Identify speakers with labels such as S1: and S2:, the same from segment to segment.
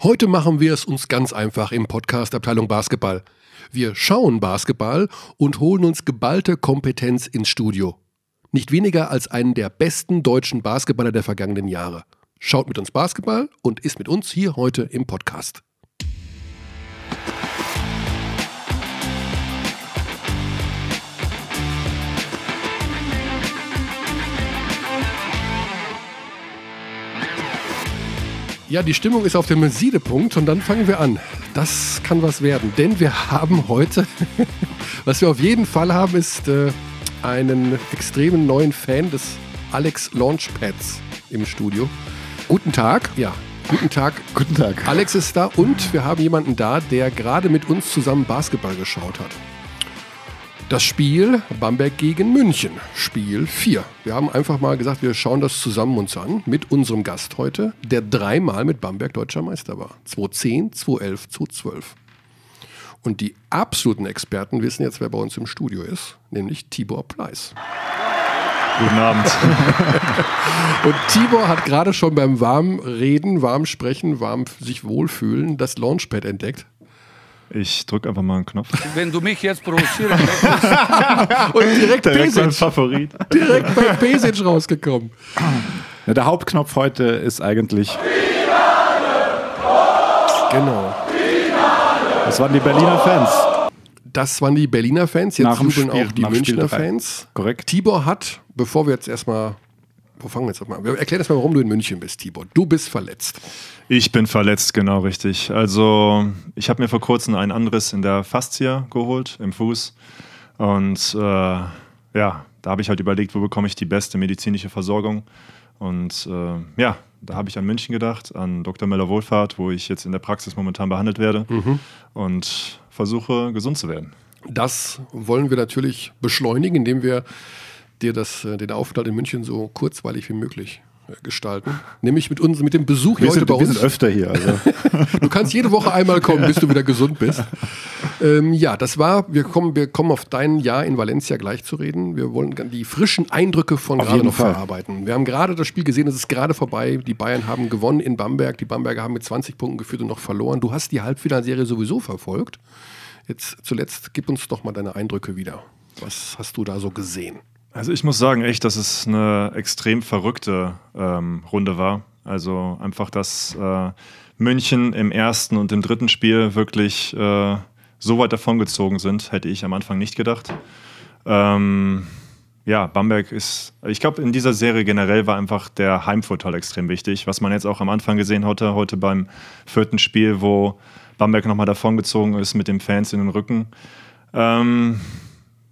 S1: Heute machen wir es uns ganz einfach im Podcast Abteilung Basketball. Wir schauen Basketball und holen uns geballte Kompetenz ins Studio. Nicht weniger als einen der besten deutschen Basketballer der vergangenen Jahre. Schaut mit uns Basketball und ist mit uns hier heute im Podcast. Ja, die Stimmung ist auf dem Siedepunkt und dann fangen wir an. Das kann was werden, denn wir haben heute, was wir auf jeden Fall haben, ist äh, einen extremen neuen Fan des Alex Launchpads im Studio. Guten Tag. Ja, guten Tag.
S2: Guten Tag.
S1: Alex ist da und wir haben jemanden da, der gerade mit uns zusammen Basketball geschaut hat. Das Spiel Bamberg gegen München, Spiel 4. Wir haben einfach mal gesagt, wir schauen das zusammen uns an mit unserem Gast heute, der dreimal mit Bamberg deutscher Meister war. 2010, 2011, 2012. Und die absoluten Experten wissen jetzt, wer bei uns im Studio ist, nämlich Tibor Pleiss.
S2: Guten Abend.
S1: Und Tibor hat gerade schon beim warmen Reden, warm Sprechen, warm sich wohlfühlen das Launchpad entdeckt.
S2: Ich drücke einfach mal einen Knopf.
S3: Wenn du mich jetzt provozierst,
S1: Und direkt,
S2: Direkt mein
S1: Pesic,
S2: Favorit.
S1: direkt bei Pesic rausgekommen.
S4: Ja, der Hauptknopf heute ist eigentlich,
S1: Genau.
S4: das waren die Berliner Fans.
S1: Das waren die Berliner Fans, jetzt
S4: Nach dem
S1: jubeln
S4: Spiel,
S1: auch die
S4: nach Spiel
S1: Münchner
S4: drei.
S1: Fans.
S4: Korrekt.
S1: Tibor hat, bevor wir jetzt erstmal, wo fangen wir jetzt erstmal an? Wir erklären erstmal, warum du in München bist, Tibor. Du bist verletzt.
S2: Ich bin verletzt, genau richtig. Also, ich habe mir vor kurzem einen Anriss in der Faszie geholt, im Fuß. Und äh, ja, da habe ich halt überlegt, wo bekomme ich die beste medizinische Versorgung. Und äh, ja, da habe ich an München gedacht, an Dr. Meller Wohlfahrt, wo ich jetzt in der Praxis momentan behandelt werde und versuche, gesund zu werden.
S1: Das wollen wir natürlich beschleunigen, indem wir dir das, äh, den Aufenthalt in München so kurzweilig wie möglich äh, gestalten. Nämlich mit uns, mit dem Besuch hier
S4: Wir
S1: heute
S4: sind,
S1: bei
S4: wir
S1: uns.
S4: sind öfter hier. Also.
S1: Du kannst jede Woche einmal kommen, bis du wieder gesund bist. Ähm, ja, das war, wir kommen, wir kommen auf dein Jahr in Valencia gleich zu reden. Wir wollen gern die frischen Eindrücke von
S4: Auf
S1: gerade
S4: jeden
S1: noch
S4: Fall.
S1: verarbeiten. Wir haben gerade das Spiel gesehen, es ist gerade vorbei. Die Bayern haben gewonnen in Bamberg. Die Bamberger haben mit 20 Punkten geführt und noch verloren. Du hast die Halbfinalserie sowieso verfolgt. Jetzt zuletzt, gib uns doch mal deine Eindrücke wieder. Was hast du da so gesehen?
S2: Also ich muss sagen, echt, dass es eine extrem verrückte ähm, Runde war. Also einfach, dass äh, München im ersten und im dritten Spiel wirklich äh, so weit davongezogen sind, hätte ich am Anfang nicht gedacht. Ähm, ja, Bamberg ist, ich glaube, in dieser Serie generell war einfach der Heimvorteil extrem wichtig, was man jetzt auch am Anfang gesehen hatte, heute beim vierten Spiel, wo Bamberg nochmal davongezogen ist mit den Fans in den Rücken. Ähm,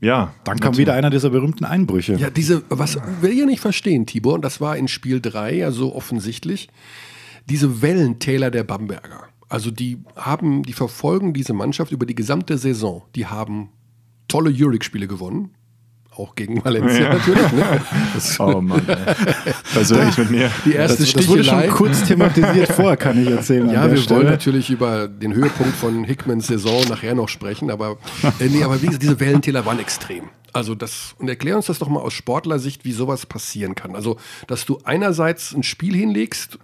S2: ja.
S4: Dann kam wieder einer dieser berühmten Einbrüche.
S1: Ja, diese, was will ja nicht verstehen, Tibor, und das war in Spiel 3 ja so offensichtlich, diese Wellentäler der Bamberger. Also die haben, die verfolgen diese Mannschaft über die gesamte Saison. Die haben tolle Euroleague-Spiele gewonnen. Auch gegen Valencia natürlich. Ne? Das,
S2: Oh Mann, ey. persönlich mit mir.
S1: die erste
S4: das, das wurde
S1: Stichelei.
S4: schon kurz thematisiert vorher, kann ich erzählen. an
S1: ja,
S4: der
S1: wir
S4: Stelle.
S1: wollen natürlich über den Höhepunkt von Hickmans Saison nachher noch sprechen, aber, äh, nee, aber wie gesagt, diese Wellentäler waren extrem. Also das, und erklär uns das doch mal aus Sportlersicht, wie sowas passieren kann. Also, dass du einerseits ein Spiel hinlegst,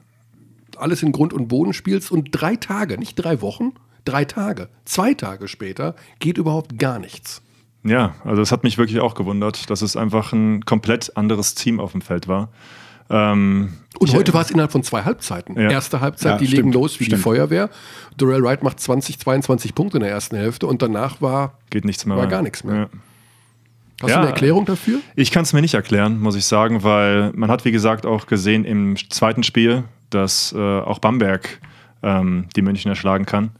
S1: alles in Grund und Boden spielst und drei Tage, nicht drei Wochen, drei Tage, zwei Tage später geht überhaupt gar nichts.
S2: Ja, also es hat mich wirklich auch gewundert, dass es einfach ein komplett anderes Team auf dem Feld war. Ähm,
S1: Und heute war es innerhalb von zwei Halbzeiten.
S2: Ja.
S1: Erste Halbzeit,
S4: Ja,
S1: die legen
S4: stimmt,
S1: los wie die
S4: stimmt.
S1: Feuerwehr. Darrell Wright macht 20, 22 Punkte in der ersten Hälfte und danach war
S2: geht nichts mehr.
S1: War
S2: rein.
S1: gar nichts mehr.
S2: Ja.
S1: Hast
S2: Ja.
S1: du eine Erklärung dafür?
S2: Ich kann es mir nicht erklären, muss ich sagen, weil man hat, wie gesagt, auch gesehen im zweiten Spiel, dass äh, auch Bamberg ähm, die Münchner schlagen kann.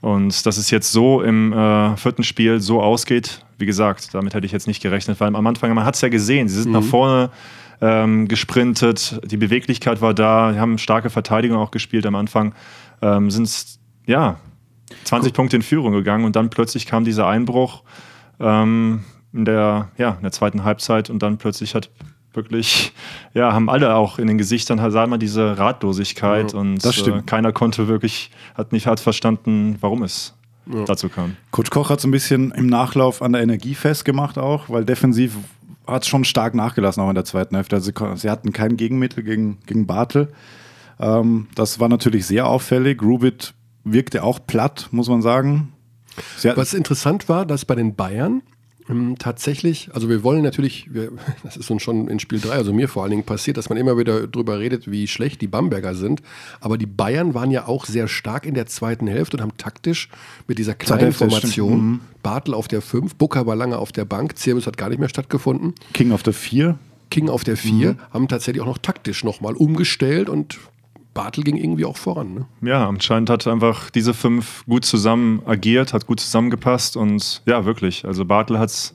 S2: Und dass es jetzt so im äh, vierten Spiel so ausgeht, wie gesagt, damit hätte ich jetzt nicht gerechnet, weil am Anfang, man hat es ja gesehen, sie sind
S1: Mhm.
S2: nach vorne ähm, gesprintet, die Beweglichkeit war da, haben starke Verteidigung auch gespielt am Anfang, ähm, sind ja 20 Punkte in Führung gegangen und dann plötzlich kam dieser Einbruch ähm, in, der, ja, in der zweiten Halbzeit und dann plötzlich hat wirklich, ja, haben alle auch in den Gesichtern, sah man diese Ratlosigkeit und
S4: das stimmt.
S2: Äh, keiner konnte wirklich, hat nicht hat verstanden, warum es dazu kam.
S4: Coach Koch hat so ein bisschen im Nachlauf an der Energie festgemacht auch, weil defensiv hat es schon stark nachgelassen, auch in der zweiten Hälfte. Also sie, kon- sie hatten kein Gegenmittel gegen, gegen Bartel. Ähm, das war natürlich sehr auffällig. Rubit wirkte auch platt, muss man sagen. Sie hat-
S1: Also Was interessant war, dass bei den Bayern ähm, tatsächlich, also wir wollen natürlich, wir, das ist uns schon in Spiel 3, also mir vor allen Dingen passiert, dass man immer wieder drüber redet, wie schlecht die Bamberger sind. Aber die Bayern waren ja auch sehr stark in der zweiten Hälfte und haben taktisch mit dieser kleinen
S4: Hälfte, stimmt. Mhm.
S1: Formation, Bartel auf der 5, Bucker war lange auf der Bank, Zirbis hat gar nicht mehr stattgefunden,
S4: King of the Vier.
S1: King auf der
S4: Mhm.
S1: 4, haben tatsächlich auch noch taktisch nochmal umgestellt und Bartel ging irgendwie auch voran. Ne?
S2: Ja, anscheinend hat einfach diese fünf gut zusammen agiert, hat gut zusammengepasst und ja, wirklich. Also Bartel hat es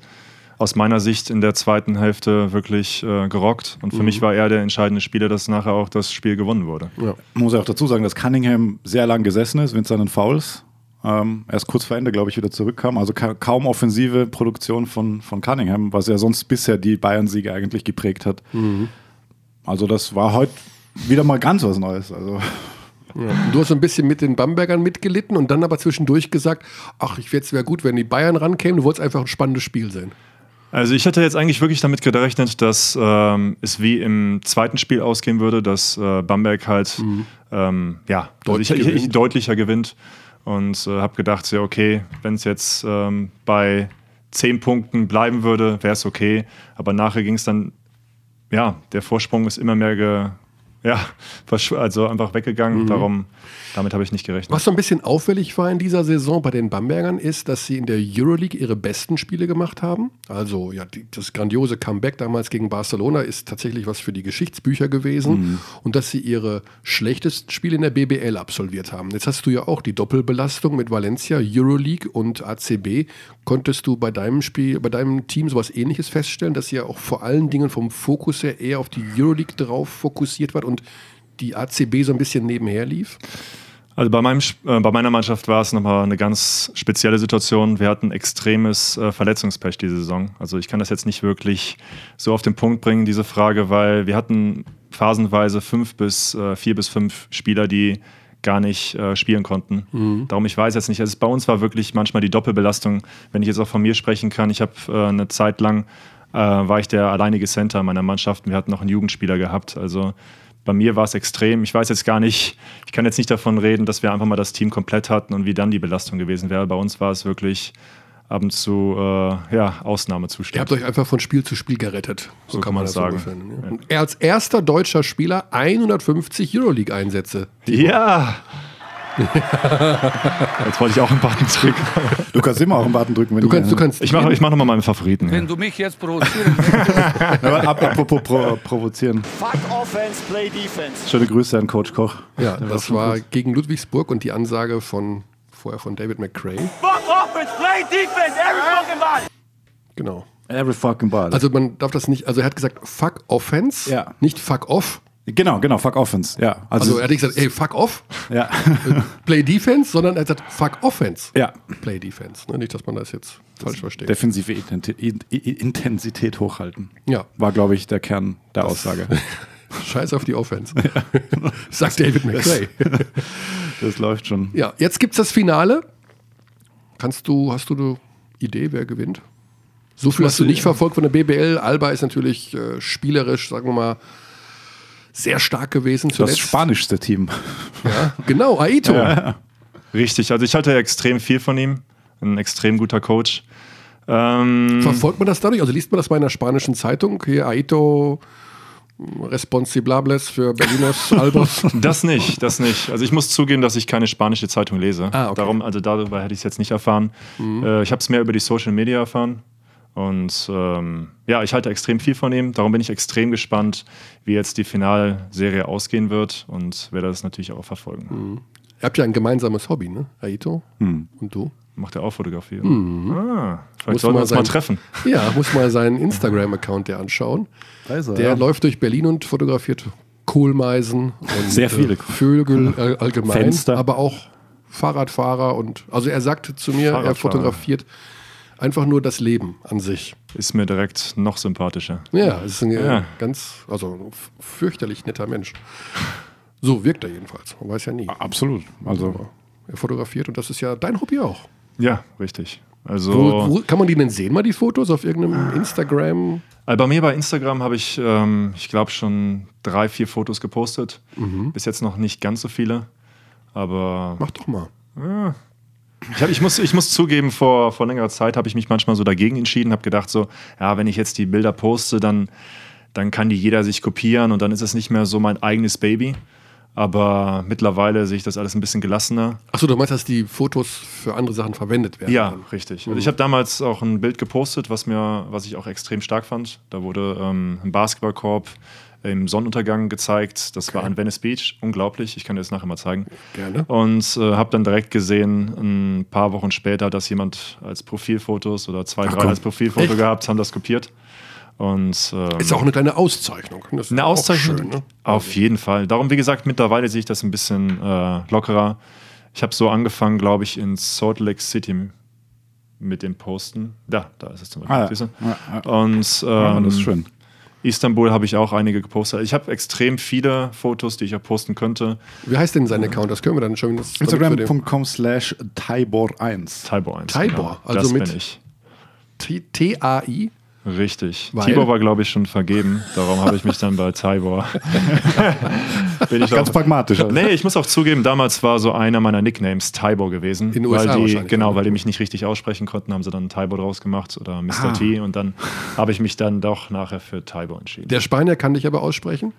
S2: aus meiner Sicht in der zweiten Hälfte wirklich äh, gerockt und für mich war er der entscheidende Spieler, dass nachher auch das Spiel gewonnen wurde.
S4: Man muss ja auch dazu sagen, dass Cunningham sehr lang gesessen ist mit seinen Fouls. Ähm, erst kurz vor Ende, glaube ich, wieder zurückkam. Also ka kaum offensive Produktion von, von Cunningham, was ja sonst bisher die Bayern-Siege eigentlich geprägt hat.
S1: Mhm.
S4: Also, das war heute wieder mal ganz was Neues. Also,
S1: Und Du hast so ein bisschen mit den Bambergern mitgelitten und dann aber zwischendurch gesagt, ach, ich jetzt wäre gut, wenn die Bayern rankämen, du wolltest einfach ein spannendes Spiel sehen.
S2: Also ich hätte jetzt eigentlich wirklich damit gerechnet, dass ähm, es wie im zweiten Spiel ausgehen würde, dass äh, Bamberg halt ähm, ja,
S1: Deutlich
S2: deutlich ich, ich, ich,
S1: gewinnt.
S2: deutlicher gewinnt. Und äh, habe gedacht, ja, okay, wenn es jetzt ähm, bei zehn Punkten bleiben würde, wäre es okay. Aber nachher ging es dann, ja, der Vorsprung ist immer mehr ge, ja, versch- also einfach weggegangen. Darum, damit habe ich nicht gerechnet.
S1: Was so ein bisschen auffällig war in dieser Saison bei den Bambergern ist, dass sie in der Euroleague ihre besten Spiele gemacht haben. Also ja, die, das grandiose Comeback damals gegen Barcelona ist tatsächlich was für die Geschichtsbücher gewesen und dass sie ihre schlechtesten Spiele in der BBL absolviert haben. Jetzt hast du ja auch die Doppelbelastung mit Valencia, Euroleague und ACB. Konntest du bei deinem Spiel, bei deinem Team sowas ähnliches feststellen, dass ihr auch vor allen Dingen vom Fokus her eher auf die Euroleague drauf fokussiert wart und die ACB so ein bisschen nebenher lief?
S2: Also bei, meinem, Sp- äh, bei meiner Mannschaft war es nochmal eine ganz spezielle Situation. Wir hatten extremes äh, Verletzungspech diese Saison. Also ich kann das jetzt nicht wirklich so auf den Punkt bringen, diese Frage, weil wir hatten phasenweise fünf bis äh, vier bis fünf Spieler, die gar nicht äh, spielen konnten. Darum, ich weiß jetzt nicht. Also es- bei uns war wirklich manchmal die Doppelbelastung. Wenn ich jetzt auch von mir sprechen kann, ich habe äh, eine Zeit lang äh, war ich der alleinige Center meiner Mannschaft. Wir hatten noch einen Jugendspieler gehabt. Also bei mir war es extrem. Ich weiß jetzt gar nicht, ich kann jetzt nicht davon reden, dass wir einfach mal das Team komplett hatten und wie dann die Belastung gewesen wäre. Bei uns war es wirklich ab und zu äh, ja,
S1: Ihr
S2: Ausnahmezustand.
S1: habt euch einfach von Spiel zu Spiel gerettet. So, kann man das
S2: sagen.
S1: ungefähr nennen. ja. Und Er als erster deutscher Spieler 150 Euroleague-Einsätze.
S2: Ja! jetzt wollte ich auch einen Button drücken.
S4: du kannst immer auch einen Button drücken, wenn
S1: Du kannst, du kannst.
S2: Ich mache ich mach nochmal meinen Favoriten.
S3: Wenn
S2: hier.
S3: du mich jetzt provozieren willst,
S4: Aber ap- apropos pro provozieren.
S5: Fuck offense, play defense.
S4: Schöne Grüße an Coach Koch.
S1: ja, das war gegen Ludwigsburg und die Ansage von vorher von David McCray.
S5: Fuck offense, play defense, every fucking body.
S1: Genau.
S4: Every fucking ball.
S1: Also man darf das nicht. Also er hat gesagt, fuck offense,
S4: Ja.
S1: nicht fuck off.
S4: genau, genau, fuck offense. Ja, also,
S1: Also er hat nicht gesagt, ey, fuck off,
S4: ja.
S1: play defense, sondern er hat gesagt, fuck offense,
S4: ja.
S1: play defense. Ne? Nicht, dass man das jetzt falsch versteht.
S4: Defensive Identi- I- I- Intensität hochhalten.
S1: Ja.
S4: War, glaube ich, der Kern der Aussage.
S1: Scheiß auf die Offense. Sagt David McCray.
S4: Das läuft schon.
S1: Ja, jetzt gibt's das Finale. Kannst du, hast du eine Idee, wer gewinnt? So viel hast du nicht verfolgt von der BBL. Alba ist natürlich äh, spielerisch, sagen wir mal, sehr stark gewesen
S4: Das
S1: zuletzt.
S4: spanischste Team.
S1: Ja, genau, Aito.
S2: Richtig, also ich halte extrem viel von ihm. Ein extrem guter Coach. Ähm,
S1: Mhm. Verfolgt man das dadurch? Also liest man das bei einer spanischen Zeitung? Hier Aito mm, Responsibles für Berlinos Albos.
S2: Das nicht, das nicht. Also ich muss zugeben, dass ich keine spanische Zeitung lese.
S1: Ah, okay. Mhm.
S2: Darum, also darüber hätte ich es jetzt nicht erfahren. Äh, ich habe es mehr über die Social Media erfahren. Und ähm, ja, ich halte extrem viel von ihm. Darum bin ich extrem gespannt, wie jetzt die Finalserie ausgehen wird und werde das natürlich auch
S1: Mhm.
S2: verfolgen.
S1: Ihr habt ja ein gemeinsames Hobby, ne? Aito und du.
S2: Macht er auch Fotografie? Ah, vielleicht
S1: Mhm. Muss
S2: sollten
S1: mal
S2: wir uns mal
S1: sein-
S2: treffen.
S1: Ja, muss mal seinen Instagram-Account dir anschauen. Der läuft durch Berlin und fotografiert Kohlmeisen und
S4: Sehr viele.
S1: äh, Vögel äh, allgemein,
S4: Fenster.
S1: aber auch Fahrradfahrer und also er sagte zu mir, er
S2: Fahrradfahrer.
S1: fotografiert einfach nur das Leben an sich.
S2: Ist mir direkt noch sympathischer.
S1: Ja, es ist ein äh,
S2: Ja.
S1: ganz, also f- fürchterlich netter Mensch. So wirkt er jedenfalls. Man weiß ja nie.
S4: Absolut. Also,
S1: Er fotografiert und das ist ja dein Hobby auch.
S2: Ja, richtig. Also
S1: Wo, wo, kann man die denn sehen, mal die Fotos auf irgendeinem Instagram?
S2: Also bei mir bei Instagram habe ich, ähm, ich glaube, schon drei, vier Fotos gepostet. Bis jetzt noch nicht ganz so viele. Aber
S1: Mach doch mal.
S2: ich, hab, ich, muss, ich muss zugeben, vor, vor längerer Zeit habe ich mich manchmal so dagegen entschieden, habe gedacht, so, ja, wenn ich jetzt die Bilder poste, dann, dann kann die jeder sich kopieren und dann ist es nicht mehr so mein eigenes Baby. Aber mittlerweile sehe ich das alles ein bisschen gelassener.
S1: Achso, du meinst, dass die Fotos für andere Sachen verwendet werden?
S2: Ja, richtig.
S1: Mhm.
S2: Also ich habe damals auch ein Bild gepostet, was mir, was ich auch extrem stark fand. Da wurde ähm, ein Basketballkorb im Sonnenuntergang gezeigt. Das war an Venice Beach. Unglaublich. Ich kann dir das nachher mal zeigen.
S1: Gerne.
S2: Und äh, habe dann direkt gesehen, ein paar Wochen später, dass jemand als Profilfotos oder zwei, drei
S1: komm.
S2: als Profilfoto
S1: Echt?
S2: gehabt haben, das kopiert. Und ähm,
S1: Ist auch eine kleine Auszeichnung. Das ist
S2: eine
S1: auch
S2: Auszeichnung.
S1: schön, ne?
S2: Auf jeden Fall. Darum, wie gesagt, mittlerweile sehe ich das ein bisschen äh, lockerer. Ich habe so angefangen, glaube ich, in Salt Lake City m- mit dem Posten. Da, da ist es zum Beispiel.
S4: Ah, ja.
S2: Siehst du?
S4: Ja, ja.
S2: Und ähm,
S4: Ja, das ist schön.
S2: Istanbul habe ich auch einige gepostet. Ich habe extrem viele Fotos, die ich auch posten könnte.
S1: Wie heißt denn sein Account? Das können wir dann schon. das- damit wir den-
S4: Instagram.com slash Taibor1.
S2: Tibor 1.
S1: Tibor, also
S2: das
S1: mit-
S2: bin ich.
S1: T- T-A-I.
S2: Richtig.
S1: Weil-
S2: Tibor war, glaube ich, schon vergeben. Darum habe ich mich dann bei Tibor. bin ich
S4: Ganz
S2: auch-
S4: pragmatisch. also.
S2: Nee, ich muss auch zugeben, damals war so einer meiner Nicknames Tybor gewesen.
S1: In den USA
S2: weil die,
S1: wahrscheinlich,
S2: Genau,
S1: oder?
S2: weil die mich nicht richtig aussprechen konnten, haben sie dann Tybor draus gemacht oder Mr.
S1: Ah.
S2: T. Und dann habe ich mich dann doch nachher für Tybor entschieden.
S1: Der Spanier kann dich aber aussprechen.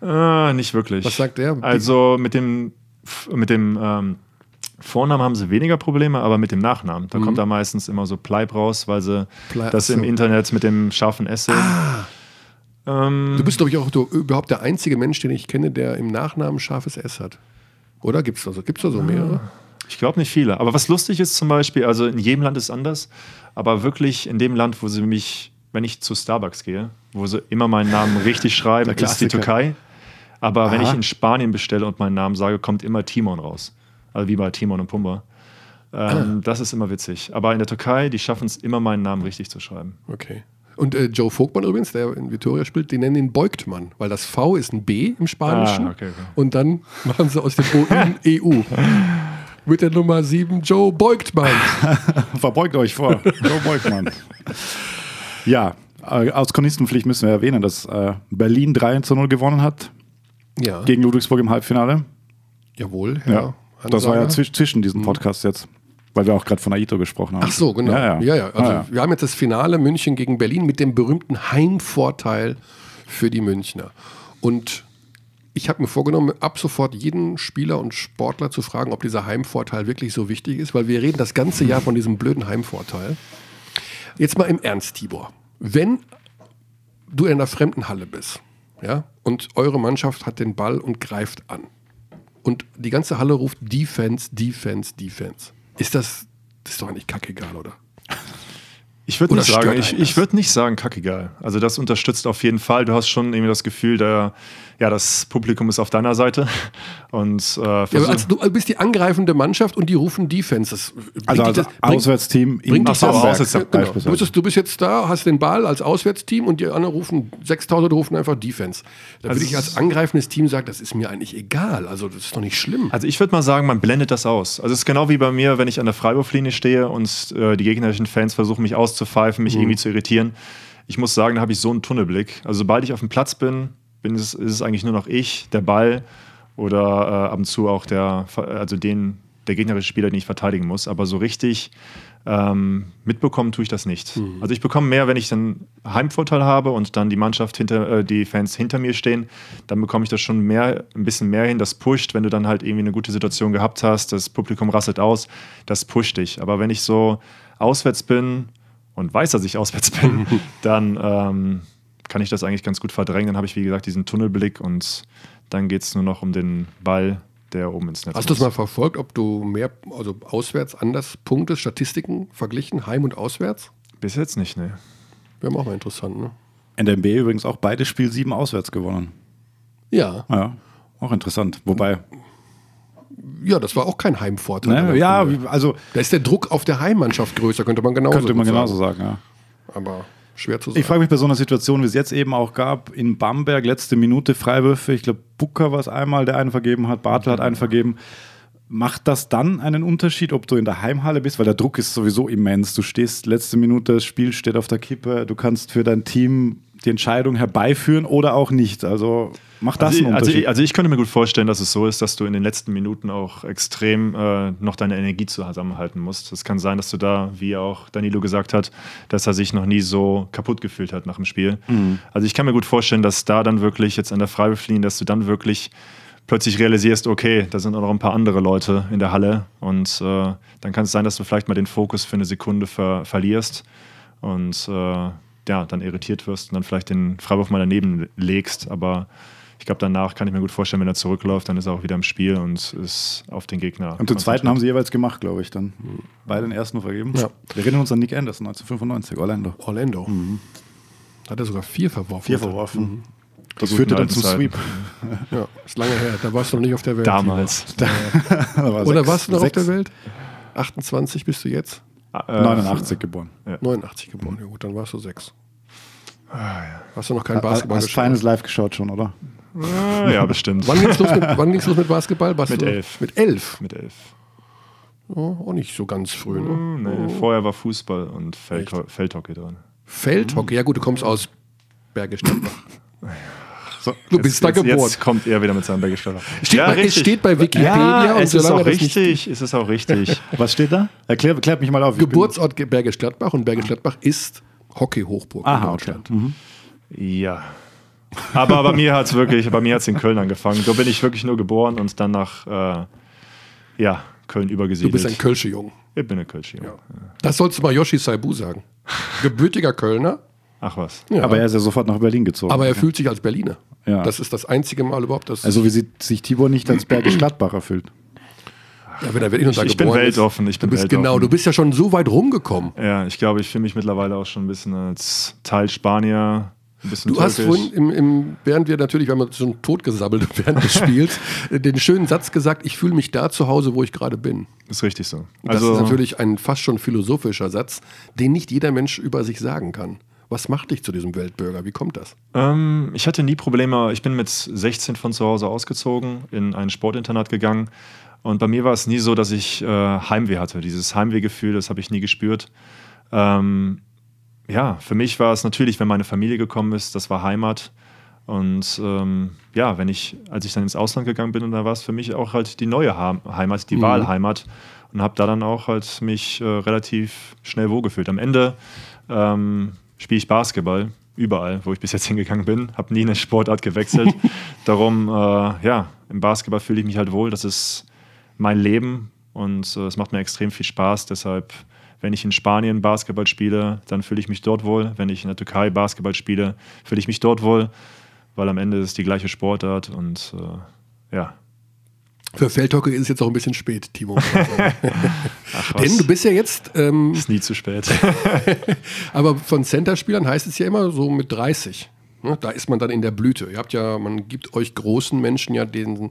S2: äh, nicht wirklich.
S1: Was sagt der?
S2: Also mit dem, mit dem ähm, Vornamen haben sie weniger Probleme, aber mit dem Nachnamen. Da kommt da meistens immer so Pleib raus, weil sie
S1: Mhm. Pleib,
S2: das
S1: ach so.
S2: im Internet mit dem scharfen S sehen.
S1: Du bist, glaube ich, auch du, überhaupt der einzige Mensch, den ich kenne, der im Nachnamen scharfes S hat. Oder gibt es da so? Gibt es da
S2: Ah.
S1: so mehrere?
S2: Ich glaube nicht viele. Aber was lustig ist zum Beispiel, also in jedem Land ist es anders, aber wirklich in dem Land, wo sie mich, wenn ich zu Starbucks gehe, wo sie immer meinen Namen richtig schreiben,
S4: Der
S2: ist die
S4: Klassiker.
S2: Türkei. Aber wenn
S4: Aha.
S2: ich in Spanien bestelle und meinen Namen sage, kommt immer Timon raus. Also wie bei Timon und Pumba. Ähm, Das ist immer witzig. Aber in der Türkei, die schaffen es immer, meinen Namen richtig zu schreiben.
S1: Okay. Und äh, Joe Vogtmann übrigens, der in Vitoria spielt, die nennen ihn Beugtmann, weil das V ist ein B im Spanischen.
S2: Ah, okay, okay.
S1: Und dann machen sie aus dem O in EU. Mit der Nummer 7 Joe Beugtmann.
S4: Verbeugt euch vor. So beugt man. ja, äh, aus Chronistenpflicht müssen wir erwähnen, dass äh, Berlin 3 zu 0 gewonnen hat
S1: Ja.
S4: gegen Ludwigsburg im Halbfinale.
S1: Jawohl, Herr
S4: Das war
S1: Hansager.
S4: ja zwisch zwischen diesen Podcasts jetzt, weil wir auch gerade von Aito gesprochen haben.
S1: Mhm. Ach so, genau.
S4: Ja, ja.
S1: Also,
S4: Ah, ja.
S1: Wir haben jetzt das Finale München gegen Berlin mit dem berühmten Heimvorteil für die Münchner. Und ich habe mir vorgenommen, ab sofort jeden Spieler und Sportler zu fragen, ob dieser Heimvorteil wirklich so wichtig ist, weil wir reden das ganze Jahr von diesem blöden Heimvorteil. Jetzt mal im Ernst, Tibor. Wenn du in einer fremden Halle bist, ja, und eure Mannschaft hat den Ball und greift an. Und die ganze Halle ruft Defense, Defense, Defense. Ist das, das ist doch eigentlich kackegal, oder?
S2: Ich würde
S1: Oder
S2: nicht sagen,
S1: stört
S2: ich,
S1: einen
S2: ich
S1: das?
S2: würde nicht sagen, kackegal. Also das unterstützt auf jeden Fall. Du hast schon irgendwie das Gefühl, der, ja, das Publikum ist auf deiner Seite. Und äh,
S1: Ja,
S2: versuch-
S1: aber als, Also, du bist die angreifende Mannschaft und die rufen Defenses.
S4: Also als Auswärtsteam in
S1: bringt dich
S2: Ach so,
S1: das-
S4: Hamburg
S2: Auswärts-
S1: Genau. Du,
S4: beispielsweise.
S1: bist, du bist jetzt da, hast den Ball als Auswärtsteam und die anderen rufen, 6000 rufen einfach Defense. Da
S4: Also
S1: würde ich als angreifendes Team sagen, das ist mir eigentlich egal. Also das ist doch nicht schlimm.
S2: Also ich würde mal sagen, man blendet das aus. Also es ist genau wie bei mir, wenn ich an der Freiwurflinie stehe und äh, die gegnerischen Fans versuchen, mich auszupfeifen, mich irgendwie zu irritieren. Ich muss sagen, da habe ich so einen Tunnelblick. Also sobald ich auf dem Platz bin, bin es, ist es eigentlich nur noch ich, der Ball oder äh, ab und zu auch der, Ver- also den, der gegnerische Spieler, den ich verteidigen muss. Aber so richtig ähm, mitbekommen tue ich das nicht. Also ich bekomme mehr, wenn ich dann Heimvorteil habe und dann die Mannschaft hinter, äh, die Fans hinter mir stehen, dann bekomme ich das schon mehr, ein bisschen mehr hin. Das pusht, wenn du dann halt irgendwie eine gute Situation gehabt hast, das Publikum rasselt aus, das pusht dich. Aber wenn ich so auswärts bin und weiß, dass ich auswärts bin, dann ähm, kann ich das eigentlich ganz gut verdrängen. Dann habe ich, wie gesagt, diesen Tunnelblick und dann geht es nur noch um den Ball, der oben ins Netz
S1: Hast du es
S2: muss.
S1: mal verfolgt, ob du mehr, also auswärts anders Punkte, Statistiken verglichen, heim und auswärts?
S2: Bis jetzt nicht, ne?
S1: Wäre auch mal interessant, ne?
S4: In der NBA übrigens auch beide Spiel 7 auswärts gewonnen.
S1: Ja.
S4: Ja, auch interessant. Wobei,
S1: Ja, das war auch kein Heimvorteil.
S4: ne,
S1: Aber
S4: ja,
S1: Kunde.
S4: wie- also
S1: Da ist der Druck auf der Heimmannschaft größer, könnte man genauso,
S4: könnte man
S1: gut
S4: genauso sagen, ja.
S1: sagen. Aber schwer zu sagen.
S4: Ich frage mich bei so einer Situation, wie es jetzt eben auch gab, in Bamberg letzte Minute Freiwürfe. Ich glaube, Bucker war es einmal, der einen vergeben hat, Bartel hat einen vergeben. Macht das dann einen Unterschied, ob du in der Heimhalle bist? Weil der Druck ist sowieso immens. Du stehst letzte Minute, das Spiel steht auf der Kippe, du kannst für dein Team die Entscheidung herbeiführen oder auch nicht. Also macht das
S2: Also, ich-
S4: einen
S2: also,
S4: Unterschied?
S2: ich, also ich könnte mir gut vorstellen, dass es so ist, dass du in den letzten Minuten auch extrem äh, noch deine Energie zusammenhalten musst. Es kann sein, dass du da, wie auch Danilo gesagt hat, dass er sich noch nie so kaputt gefühlt hat nach dem Spiel.
S4: Mhm.
S2: Also ich kann mir gut vorstellen, dass da dann wirklich jetzt an der Freiwilligen, dass du dann wirklich plötzlich realisierst, okay, da sind auch noch ein paar andere Leute in der Halle und äh, dann kann es sein, dass du vielleicht mal den Fokus für eine Sekunde ver verlierst und äh, ja, dann irritiert wirst und dann vielleicht den Freiwurf mal daneben legst. Aber ich glaube, danach kann ich mir gut vorstellen, wenn er zurückläuft, dann ist er auch wieder im Spiel und ist auf den Gegner.
S4: Und den zweiten haben sie jeweils gemacht, glaube ich, dann. Beide den ersten nur vergeben.
S1: Ja.
S4: Wir erinnern uns an Nick Anderson, 1995, Orlando.
S1: Orlando. Hat er sogar vier verworfen.
S4: Mhm. Vier verworfen. Mhm. Das
S2: guten
S4: führte dann
S2: alten
S4: zum
S2: Zeiten.
S4: Sweep.
S1: Ja, ist lange her. Da warst du noch nicht auf der Welt.
S2: Damals.
S4: Da war
S1: Oder
S4: sechs-
S1: warst du noch
S4: sechs-
S1: auf der Welt? 28 bist du jetzt?
S2: Äh,
S4: 89 geboren.
S1: 89 geboren. Ja gut, dann warst du sechs.
S4: Ah,
S1: Hast du noch kein Basketball
S4: Hast
S1: gespielt?
S4: feines Live geschaut schon, oder?
S2: Äh, ja, bestimmt.
S1: Wann ging's los mit, wann ging's los mit Basketball? Warst
S2: Mit
S1: du-
S2: elf.
S1: Mit elf?
S2: Mit elf.
S1: Oh, auch nicht so ganz früh, ne?
S2: Nee, vorher war Fußball und Feld Feldhockey drin.
S1: Feldhockey. Ja gut, du kommst aus Bergisch Gladbach.
S4: So,
S1: Du bist da
S2: jetzt,
S1: geboren.
S2: Jetzt kommt er wieder mit seinem Bergesteller.
S1: Steht bei- es steht bei Wikipedia
S2: ja,
S1: und
S2: es ist
S1: solange
S2: auch
S1: das nicht-
S2: richtig. Es ist auch richtig.
S4: Was steht da? Erklär, erklärt mich mal auf. ich bin-
S1: Geburtsort Ge- Bergisch Gladbach und Bergisch Gladbach ist Hockey-Hochburg in
S4: Aha, okay. Hm.
S1: Deutschland.
S2: Ja. Aber bei mir hat es wirklich, bei mir hat es in Köln angefangen. Da bin ich wirklich nur geboren und dann nach äh, ja, Köln
S1: Du
S2: übergesiedelt.
S1: bist ein Kölsche Jung.
S2: Ich bin ein Kölsch, ja.
S1: Das sollst du mal Yoshi Saibu sagen. Gebürtiger Kölner,
S2: Ach was.
S1: Ja.
S4: Aber er ist ja sofort nach Berlin gezogen.
S1: aber er fühlt sich als Berliner.
S4: Ja.
S1: Das ist das einzige Mal überhaupt, dass
S4: also wie sie, sich Tibor nicht als Bergisch Gladbacher fühlt.
S1: ja, wenn er in Unter
S2: ich bin
S1: geboren ist,
S2: weltoffen, ich bin
S1: du bist,
S2: weltoffen.
S1: Genau, du bist ja schon so weit rumgekommen.
S2: Ja, ich glaube, ich fühle mich mittlerweile auch schon ein bisschen als Teil Spanier, ein bisschen
S1: Du hast
S2: türkisch.
S1: vorhin, im, im, während wir natürlich, wir haben uns schon totgesabbelt während des Spiels, äh, den schönen Satz gesagt, ich fühle mich da zu Hause, wo ich gerade bin.
S2: Ist richtig so.
S1: Das
S2: Also,
S1: ist natürlich ein fast schon philosophischer Satz, den nicht jeder Mensch über sich sagen kann. Was macht dich zu diesem Weltbürger? Wie kommt das?
S2: ähm, ich hatte nie Probleme. Ich bin mit 16 von zu Hause ausgezogen, in ein Sportinternat gegangen. Und bei mir war es nie so, dass ich äh, Heimweh hatte. Dieses Heimwehgefühl, das habe ich nie gespürt. Ähm, ja, für mich war es natürlich, wenn meine Familie gekommen ist, das war Heimat. Und ähm, ja, wenn ich, als ich dann ins Ausland gegangen bin, da war es für mich auch halt die neue ha Heimat, die Wahlheimat. Und habe da dann auch halt mich äh, relativ schnell wohlgefühlt. Am Ende ähm, spiele ich Basketball überall, wo ich bis jetzt hingegangen bin. Habe nie eine Sportart gewechselt. Darum, äh, ja, im Basketball fühle ich mich halt wohl. Das ist mein Leben und äh, es macht mir extrem viel Spaß. Deshalb, wenn ich in Spanien Basketball spiele, dann fühle ich mich dort wohl. Wenn ich in der Türkei Basketball spiele, fühle ich mich dort wohl, weil am Ende ist es die gleiche Sportart und äh, ja.
S1: Für Feldhockey ist es jetzt auch ein bisschen spät, Timo.
S2: Ach,
S1: Denn du bist ja jetzt ähm,
S2: ist nie zu spät.
S1: Aber von Center-Spielern heißt es ja immer so mit 30. Ne? Da ist man dann in der Blüte. Ihr habt ja, man gibt euch großen Menschen ja den,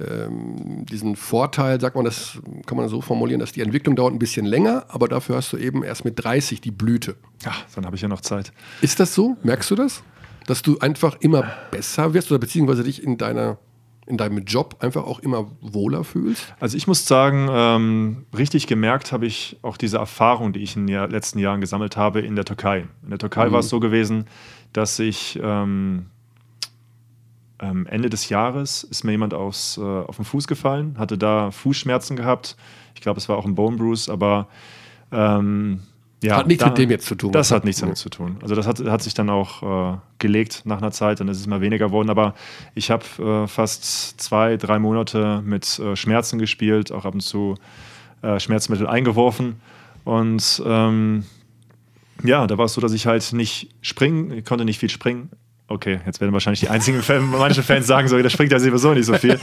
S1: ähm, diesen Vorteil, sagt man das, kann man das so formulieren, dass die Entwicklung dauert ein bisschen länger, aber dafür hast du eben erst mit 30 die Blüte.
S2: Ach, dann habe ich ja noch Zeit.
S1: Ist das so? Merkst du das? Dass du einfach immer besser wirst oder beziehungsweise dich in deiner in deinem Job einfach auch immer wohler fühlst?
S2: Also ich muss sagen, ähm, richtig gemerkt habe ich auch diese Erfahrung, die ich in den Jahr- letzten Jahren gesammelt habe, in der Türkei. In der Türkei war es so gewesen, dass ich ähm, ähm, Ende des Jahres ist mir jemand aus, äh, auf den Fuß gefallen, hatte da Fußschmerzen gehabt. Ich glaube, es war auch ein Bone Bruise, aber ähm, ja,
S1: Hat nichts
S2: da-
S1: mit dem jetzt zu tun. Mhm.
S2: Das hat nichts
S1: Ja.
S2: damit zu tun. Also das hat, hat sich dann auch äh, gelegt nach einer Zeit, dann ist es mal weniger geworden. Aber ich habe äh, fast zwei, drei Monate mit äh, Schmerzen gespielt, auch ab und zu äh, Schmerzmittel eingeworfen. Und ähm, ja, da war es so, dass ich halt nicht springen, ich konnte nicht viel springen. Okay, jetzt werden wahrscheinlich die einzigen Fans, manche Fans sagen so, der springt ja sowieso nicht so viel.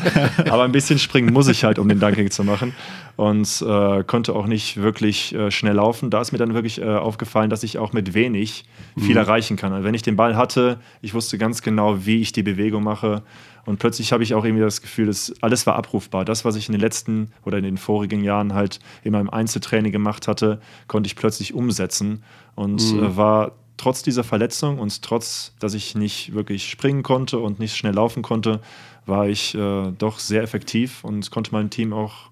S2: Aber ein bisschen springen muss ich halt, um den Dunking zu machen. Und äh, konnte auch nicht wirklich äh, schnell laufen. Da ist mir dann wirklich äh, aufgefallen, dass ich auch mit wenig viel erreichen kann. Also wenn ich den Ball hatte, ich wusste ganz genau, wie ich die Bewegung mache. Und plötzlich habe ich auch irgendwie das Gefühl, dass alles war abrufbar. Das, was ich in den letzten oder in den vorigen Jahren halt in meinem Einzeltraining gemacht hatte, konnte ich plötzlich umsetzen und äh, war trotz dieser Verletzung und trotz, dass ich nicht wirklich springen konnte und nicht schnell laufen konnte, war ich äh, doch sehr effektiv und konnte meinem Team auch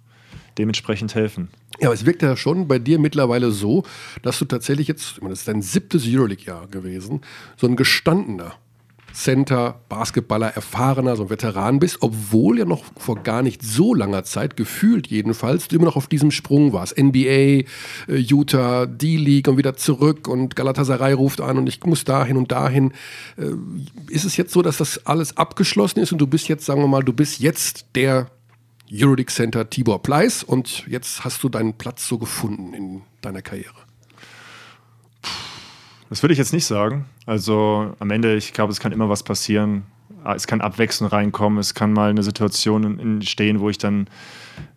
S2: dementsprechend helfen.
S1: Ja, aber es wirkt ja schon bei dir mittlerweile so, dass du tatsächlich jetzt, ich meine, das ist dein siebtes Euroleague-Jahr gewesen, so ein gestandener Center, Basketballer, erfahrener, so ein Veteran bist, obwohl ja noch vor gar nicht so langer Zeit, gefühlt jedenfalls, du immer noch auf diesem Sprung warst. NBA, äh, Utah, D-League und wieder zurück und Galatasaray ruft an und ich muss dahin und dahin. Äh, ist es jetzt so, dass das alles abgeschlossen ist und du bist jetzt, sagen wir mal, du bist jetzt der Euroleague Center Tibor Pleiss und jetzt hast du deinen Platz so gefunden in deiner Karriere.
S2: Das würde ich jetzt nicht sagen. Also am Ende, ich glaube, es kann immer was passieren. Ah, Es kann abwechselnd reinkommen, es kann mal eine Situation entstehen, wo ich dann,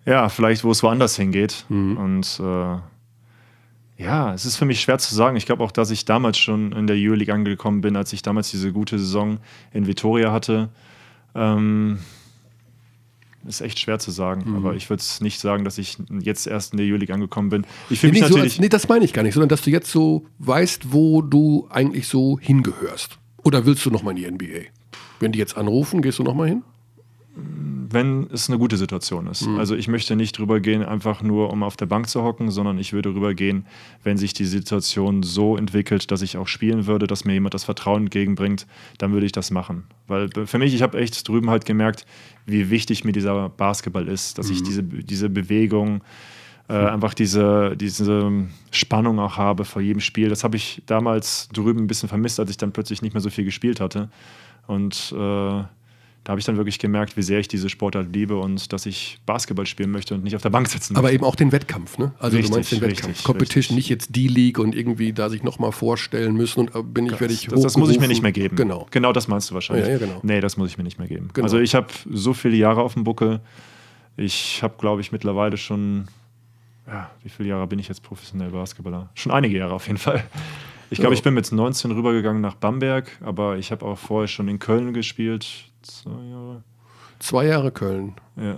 S2: ja, vielleicht, wo es woanders hingeht.
S1: Mhm.
S2: Und äh, ja, es ist für mich schwer zu sagen. Ich glaube auch, dass ich damals schon in der Euroleague angekommen bin, als ich damals diese gute Saison in Vitoria hatte. Ähm, ist echt schwer zu sagen,
S1: Mhm.
S2: aber ich würde es nicht sagen, dass ich jetzt erst in der Euroleague angekommen bin. Ich
S1: Nee,
S2: fühle mich
S1: nicht so,
S2: natürlich.
S1: als, nee, das meine ich gar nicht, sondern dass du jetzt so weißt, wo du eigentlich so hingehörst. Oder willst du nochmal in die NBA? Wenn die jetzt anrufen, gehst du nochmal hin?
S2: wenn es eine gute Situation ist. Also ich möchte nicht rübergehen, einfach nur um auf der Bank zu hocken, sondern ich würde rübergehen, wenn sich die Situation so entwickelt, dass ich auch spielen würde, dass mir jemand das Vertrauen entgegenbringt, dann würde ich das machen. Weil b- für mich, ich habe echt drüben halt gemerkt, wie wichtig mir dieser Basketball ist, dass ich diese, diese Bewegung, äh, einfach diese, diese Spannung auch habe vor jedem Spiel. Das habe ich damals drüben ein bisschen vermisst, als ich dann plötzlich nicht mehr so viel gespielt hatte. Und äh, da habe ich dann wirklich gemerkt, wie sehr ich diese Sportart liebe und dass ich Basketball spielen möchte und nicht auf der Bank sitzen
S1: Aber
S2: möchte.
S1: eben auch den Wettkampf, ne? Also
S2: Richtig,
S1: du meinst den Wettkampf.
S2: richtig,
S1: Competition,
S2: richtig.
S1: nicht jetzt die League und irgendwie da sich nochmal vorstellen müssen und äh, bin ich, werde ich
S2: das, das muss ich mir
S1: hochgerufen.
S2: nicht mehr geben.
S1: Genau.
S2: Genau das meinst du wahrscheinlich.
S1: Ja, ja, genau.
S2: Nee, das muss ich mir nicht mehr geben.
S1: Genau.
S2: Also ich habe so viele Jahre auf dem Buckel. Ich habe, glaube ich, mittlerweile schon, ja, wie viele Jahre bin ich jetzt professionell Basketballer? Schon einige Jahre auf jeden Fall. Ich glaube,
S1: Ja.
S2: ich bin mit 19 rübergegangen nach Bamberg, aber ich habe auch vorher schon in Köln gespielt. Zwei Jahre.
S1: Zwei Jahre Köln,
S2: Ja,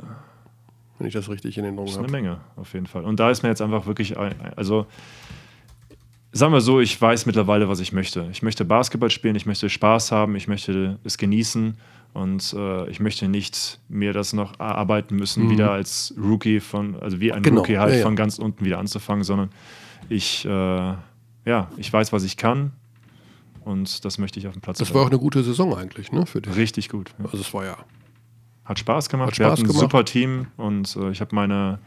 S1: wenn ich das richtig in Erinnerung
S2: Das ist eine
S1: habe.
S2: Menge, auf jeden Fall. Und da ist mir jetzt einfach wirklich, ein, also sagen wir so, ich weiß mittlerweile, was ich möchte. Ich möchte Basketball spielen, ich möchte Spaß haben, ich möchte es genießen und äh, ich möchte nicht mir das noch erarbeiten müssen, wieder als Rookie von, also wie ein
S1: Mhm. Genau,
S2: Rookie halt
S1: ja, ja.
S2: von ganz unten wieder anzufangen, sondern ich, äh, ja, ich weiß, was ich kann und das möchte ich auf dem Platz.
S1: Das war auch
S2: bringen.
S1: eine gute Saison eigentlich, ne? Für dich.
S2: richtig gut. Ja.
S1: Also es war ja
S2: Hat Spaß gemacht.
S1: Hat
S2: Wir
S1: Spaß
S2: hatten ein
S1: gemacht.
S2: super Team und äh, ich habe meine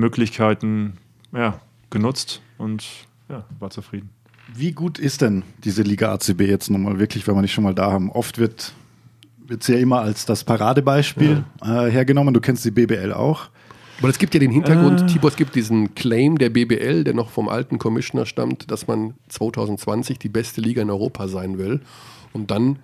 S2: Möglichkeiten ja, genutzt und ja, war zufrieden.
S4: Wie gut ist denn diese Liga ACB jetzt nochmal wirklich, wenn wir nicht schon mal da haben? Oft wird es ja immer als das Paradebeispiel äh, hergenommen. Du kennst die BBL auch.
S1: Aber es gibt ja den Hintergrund, Tibor, es gibt diesen Claim der BBL, der noch vom alten Commissioner stammt, dass man 2020 die beste Liga in Europa sein will. Und dann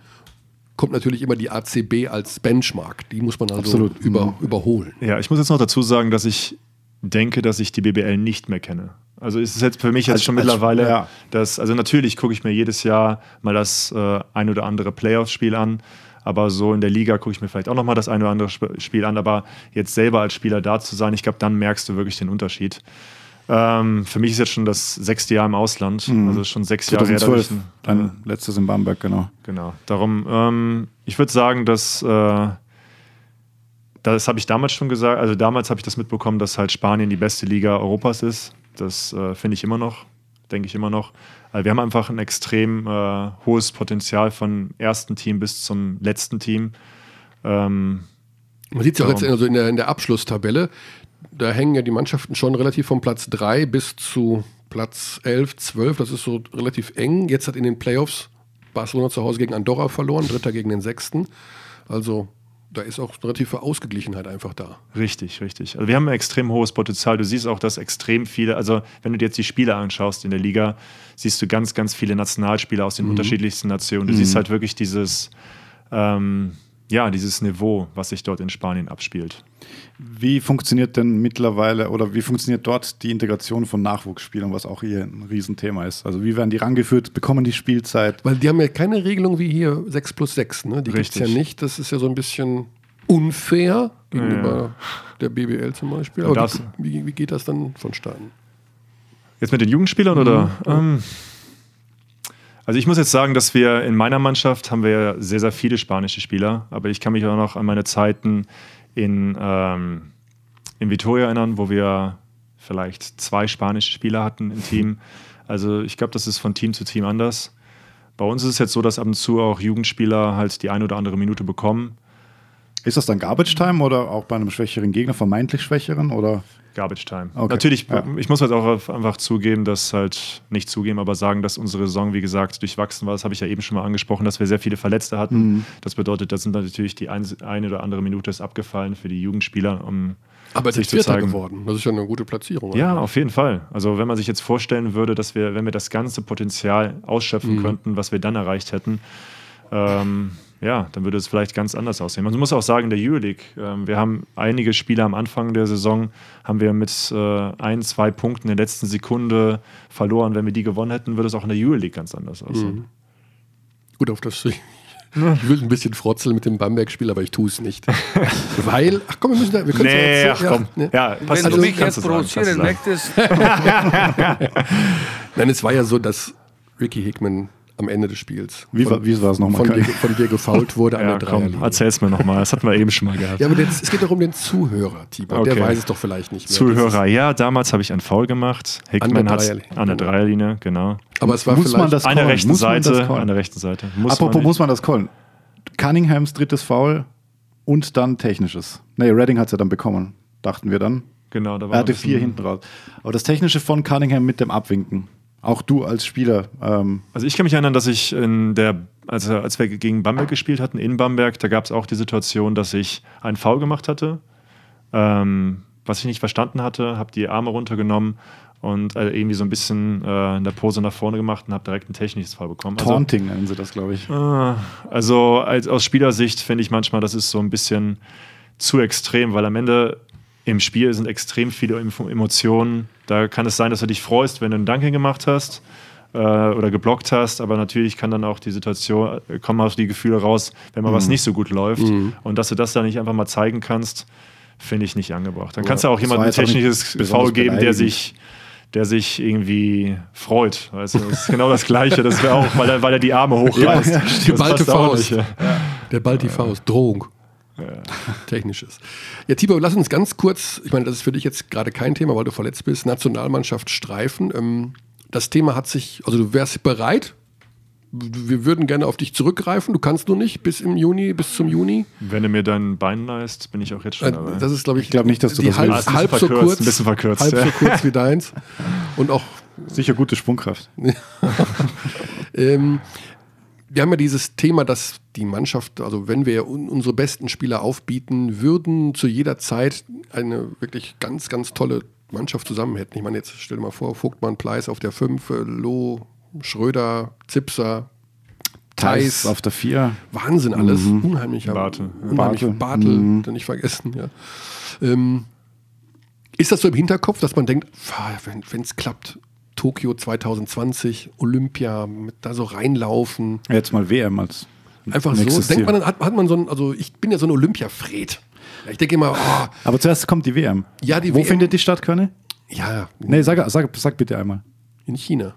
S1: kommt natürlich immer die ACB als Benchmark. Die muss man also
S4: Absolut.
S1: Über, überholen.
S2: Ja, ich muss jetzt noch dazu sagen, dass ich denke, dass ich die BBL nicht mehr kenne. Also ist es jetzt für mich jetzt
S4: Als-
S2: schon
S4: als-
S2: mittlerweile,
S4: ja.
S2: dass, also natürlich gucke ich mir jedes Jahr mal das äh, ein oder andere Playoff-Spiel an, aber so in der Liga gucke ich mir vielleicht auch nochmal das ein oder andere Sp Spiel an, aber jetzt selber als Spieler da zu sein, ich glaube, dann merkst du wirklich den Unterschied. Ähm, für mich ist jetzt schon das sechste Jahr im Ausland,
S4: Mhm.
S2: also schon sechs Jahre her, dass ich-
S4: 2012, dein letztes in Bamberg, genau.
S2: Genau. Darum, ähm, ich würde sagen, dass äh, das habe ich damals schon gesagt. Also damals habe ich das mitbekommen, dass halt Spanien die beste Liga Europas ist. Das äh, finde ich immer noch, denke ich immer noch. Also wir haben einfach ein extrem äh, hohes Potenzial vom ersten Team bis zum letzten Team. Ähm,
S1: Man sieht es ja auch
S2: Darum.
S1: jetzt also in, der, in der Abschlusstabelle. Da hängen ja die Mannschaften schon relativ vom Platz 3 bis zu Platz 11, 12. Das ist so relativ eng. Jetzt hat in den Playoffs Barcelona zu Hause gegen Andorra verloren, Dritter gegen den Sechsten. Also da ist auch relative Ausgeglichenheit einfach da.
S2: Richtig, richtig. Also wir haben ein extrem hohes Potenzial. Du siehst auch, dass extrem viele, also wenn du dir jetzt die Spiele anschaust in der Liga, siehst du ganz, ganz viele Nationalspieler aus den unterschiedlichsten Nationen. Du siehst halt wirklich dieses, ähm, ja, dieses Niveau, was sich dort in Spanien abspielt.
S4: Wie funktioniert denn mittlerweile oder wie funktioniert dort die Integration von Nachwuchsspielern, was auch hier ein Riesenthema ist? Also wie werden die rangeführt, bekommen die Spielzeit?
S1: Weil die haben ja keine Regelung wie hier 6 plus 6, ne? Die gibt es
S2: Richtig.
S1: ja nicht. Das ist ja so ein bisschen unfair gegenüber der BBL zum Beispiel. Aber
S2: darfst-
S1: wie, wie, wie geht das dann vonstatten?
S2: Jetzt mit den Jugendspielern oder? Ähm, also ich muss jetzt sagen, dass wir in meiner Mannschaft haben wir sehr, sehr viele spanische Spieler, aber ich kann mich auch noch an meine Zeiten in ähm, in Vitoria erinnern, wo wir vielleicht zwei spanische Spieler hatten im Team. Also ich glaube, das ist von Team zu Team anders. Bei uns ist es jetzt so, dass ab und zu auch Jugendspieler halt die eine oder andere Minute bekommen.
S4: Ist das dann Garbage Time oder auch bei einem schwächeren Gegner, vermeintlich schwächeren? Oder?
S2: Garbage Time.
S4: Okay,
S2: Natürlich,
S4: ja.
S2: ich muss halt auch einfach zugeben, dass halt, nicht zugeben, aber sagen, dass unsere Saison, wie gesagt, durchwachsen war. Das habe ich ja eben schon mal angesprochen, dass wir sehr viele Verletzte hatten.
S4: Mhm.
S2: Das bedeutet, da sind dann natürlich die ein, eine oder andere Minute ist abgefallen für die Jugendspieler, um
S1: Aber die
S2: sich
S1: ist
S2: zu
S1: Vierter
S2: zeigen.
S1: geworden. Das ist ja eine gute Platzierung.
S3: ne?
S2: Ja, auf jeden Fall. Also wenn man sich jetzt vorstellen würde, dass wir, wenn wir das ganze Potenzial
S3: Mhm.
S2: ausschöpfen könnten, was wir dann erreicht hätten, ähm, ja, dann würde es vielleicht ganz anders aussehen. Man muss auch sagen, in der Euroleague, ähm, wir haben einige Spieler am Anfang der Saison, haben wir mit äh, ein, zwei Punkten in der letzten Sekunde verloren. Wenn wir die gewonnen hätten, würde es auch in der Euroleague ganz anders
S3: Mhm.
S2: aussehen.
S1: Gut, auf das. Ich, ich will ein bisschen frotzeln mit dem Bamberg-Spiel, aber ich tue es nicht. Weil, ach komm, wir müssen da. Wir können's
S2: Nee,
S1: ja
S2: ach
S1: erzählen.
S2: komm.
S1: Ja, ne?
S2: Ja, passt
S3: Wenn du
S1: also,
S3: mich
S2: kannst
S3: jetzt
S2: du sagen, kannst du
S3: provozieren
S2: sagen.
S3: möchtest,
S1: Nein, es war ja so, dass Ricky Hickman am Ende des Spiels
S4: Wie
S1: von,
S4: war- wie war es nochmal?
S1: von, dir, von dir gefault wurde an
S2: oh Ja,
S1: der
S2: komm,
S1: Dreierlinie.
S2: erzähl's mir nochmal. Das hatten wir eben schon mal gehabt.
S1: Ja, aber jetzt, es geht darum den Zuhörer, Tibor. Der
S2: Okay.
S1: weiß es doch vielleicht nicht mehr.
S2: Zuhörer, ja, damals habe ich einen Foul gemacht. Hickman hat
S1: Dreierlinie.
S2: an der Dreierlinie, genau.
S1: Aber es war
S4: Muss man
S1: vielleicht.
S4: das
S2: An der
S4: callen?
S2: rechten
S4: Muss man das
S2: Seite.
S4: callen?
S2: An der rechten Seite.
S4: Apropos,
S2: man nicht.
S4: muss man das callen? Cunninghams drittes Foul und dann technisches. Nee, Redding hat es ja dann bekommen, dachten wir dann.
S2: Genau, da war
S4: Er hatte
S2: ein bisschen-
S4: vier hinten raus. Aber das technische von Cunningham mit dem Abwinken. Auch du als Spieler. Ähm,
S2: Also ich kann mich erinnern, dass ich in der, also als wir gegen Bamberg gespielt hatten, in Bamberg, da gab es auch die Situation, dass ich einen Foul gemacht hatte. Ähm, was ich nicht verstanden hatte, habe die Arme runtergenommen und äh, irgendwie so ein bisschen äh, in der Pose nach vorne gemacht und habe direkt ein technisches Foul bekommen. Also,
S4: Taunting nennen sie das, glaube ich.
S2: Also als, aus Spielersicht finde ich manchmal, das ist so ein bisschen zu extrem, weil am Ende im Spiel sind extrem viele Em- Emotionen. Da kann es sein, dass du dich freust, wenn du einen Danke gemacht hast äh, oder geblockt hast, aber natürlich kann dann auch die Situation, äh, kommen auch die Gefühle raus, wenn mal
S4: Mhm.
S2: was nicht so gut läuft. Und dass du das dann nicht einfach mal zeigen kannst, finde ich nicht angebracht. Dann kannst du auch
S4: das
S2: jemandem
S4: war
S2: ein
S4: jetzt auch nicht
S2: technisches
S4: besonders
S2: Foul geben, der
S4: beleidigend.
S2: sich der sich irgendwie freut. Weißt du, das ist genau das Gleiche. Das wäre auch, weil er, weil er die Arme hochreißt.
S4: Ja, ja,
S2: Das
S1: Geballte
S2: passt auch
S1: Faust.
S2: nicht, ja.
S1: Der ballt die Faust. Drohung. Technisches. Ja, Tibor, lass uns ganz kurz, ich meine, das ist für dich jetzt gerade kein Thema, weil du verletzt bist, Nationalmannschaft streifen. Ähm, das Thema hat sich, also du wärst bereit. Wir würden gerne auf dich zurückgreifen. Du kannst nur nicht bis im Juni, bis zum Juni.
S2: Wenn du mir dein Bein leist, bin ich auch jetzt schon
S1: Äh,
S2: dabei.
S1: das ist, glaube ich,
S4: Ich glaub nicht, dass du
S1: die
S4: das
S1: halb,
S2: willst.
S1: halb
S2: Ein
S1: so
S2: bisschen verkürzt,
S1: kurz,
S2: ein bisschen verkürzt,
S1: halb
S2: ja.
S1: so kurz wie deins. Und auch
S4: Sicher gute Sprungkraft.
S1: Ähm, wir haben ja dieses Thema, dass die Mannschaft, also wenn wir un unsere besten Spieler aufbieten würden, zu jeder Zeit eine wirklich ganz, ganz tolle Mannschaft zusammen hätten. Ich meine, jetzt stell dir mal vor, Vogtmann, Pleis auf der 5, Loh, Schröder, Zipser, Theis.
S4: Theis auf der vier.
S1: Wahnsinn alles, unheimlich.
S2: Bartel.
S1: Unheimlich.
S4: Mhm. Bartel. Mhm.
S1: Bartel, dann nicht vergessen, ja. Ähm, ist das so im Hinterkopf, dass man denkt, pf, wenn es klappt, Tokio 2020, Olympia, mit da so reinlaufen,
S4: Jetzt mal WM als
S1: einfach so.
S4: nächstes
S1: Denkt man
S4: Ziel.
S1: dann, hat, hat man so ein, also ich bin ja so ein Olympia-Fred. Ich denke immer, oh,
S4: Aber zuerst kommt die WM.
S1: Ja, die
S4: Wo
S1: WM.
S4: findet die statt, Körne?
S1: ja,
S4: Nee, sag, sag, sag bitte einmal. Mhm.
S1: in China.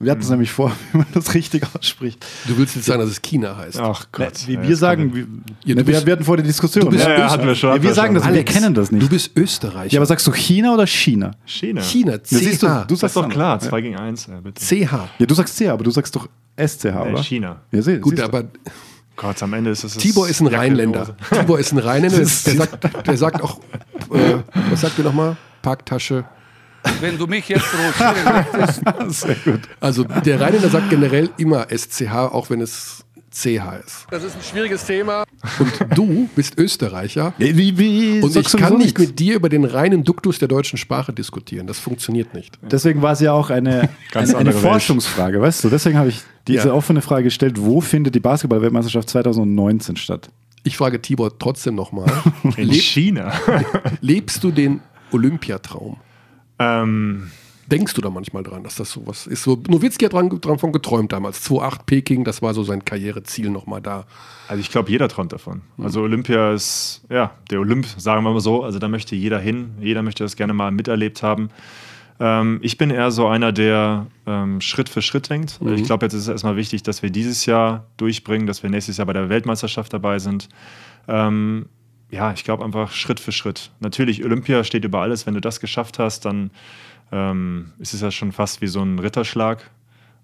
S4: Wir hatten es nämlich vor, wie man das richtig ausspricht.
S1: Du willst jetzt sagen, dass es China heißt.
S2: Ach Gott.
S4: Äh, Wie
S2: Ja,
S4: wir
S2: jetzt
S4: sagen,
S2: kommt
S4: wir,
S1: Ja, du
S4: ne,
S1: bist-
S4: wir werden vor der Diskussion.
S1: du bist
S4: ja,
S2: Ja, ja, hatten wir schon.
S4: ja,
S2: hatten
S4: wir sagen
S2: schon.
S4: das, wir kennen das nicht.
S1: Du bist Österreicher.
S4: ja, aber sagst du China oder China?
S2: China.
S1: China,
S4: Ja, siehst du,
S1: CH.
S4: du
S2: Das
S4: sagst
S2: ist doch
S4: dann-
S2: klar. 2 gegen 1, ja, bitte.
S1: CH.
S4: Ja, du sagst C, aber du sagst doch SCH,
S2: Äh,
S4: oder?
S2: China.
S4: Ja, sie,
S1: Gut,
S4: siehst du.
S1: aber
S2: Gott, am Ende ist es.
S1: Tibor ist ein
S2: Jacke in
S1: Rheinländer.
S2: Hose.
S1: Tibor ist ein Rheinländer. Der sagt, der sagt auch, äh, was sagt er nochmal? Parktasche.
S3: wenn du mich jetzt provozieren möchtest,
S1: Also der Rheinländer sagt generell immer SCH, auch wenn es CH ist.
S3: das ist ein schwieriges Thema.
S1: Und du bist Österreicher.
S4: Ja, wie, wie
S1: Und ich
S4: sagst du
S1: kann
S4: so
S1: nicht
S4: nix?
S1: mit dir über den reinen Duktus der deutschen Sprache diskutieren. Das funktioniert nicht.
S4: Deswegen war es ja auch eine,
S2: Ganz
S4: eine, eine
S2: andere Welt.
S4: Forschungsfrage, weißt du? Deswegen habe ich diese
S1: Ja.
S4: offene Frage gestellt: Wo findet die Basketball-Weltmeisterschaft 2019 statt?
S1: Ich frage Tibor trotzdem nochmal.
S2: In
S1: Leb,
S2: China.
S1: lebst du den Olympiatraum?
S2: ähm,
S1: Denkst du da manchmal dran, dass das sowas ist? So, Nowitzki hat dran, dran von geträumt damals. 2,8 Peking, das war so sein Karriereziel nochmal da.
S2: also ich glaube, jeder träumt davon. Also Olympia ist, ja, der Olymp, sagen wir mal so. Also da möchte jeder hin. Jeder möchte das gerne mal miterlebt haben. Ähm, ich bin eher so einer, der ähm, Schritt für Schritt denkt. Also Ich glaube, jetzt ist es erstmal wichtig, dass wir dieses Jahr durchbringen, dass wir nächstes Jahr bei der Weltmeisterschaft dabei sind. Ähm, ja, ich glaube einfach Schritt für Schritt. Natürlich, Olympia steht über alles. Wenn du das geschafft hast, dann ähm, ist es ja schon fast wie so ein Ritterschlag.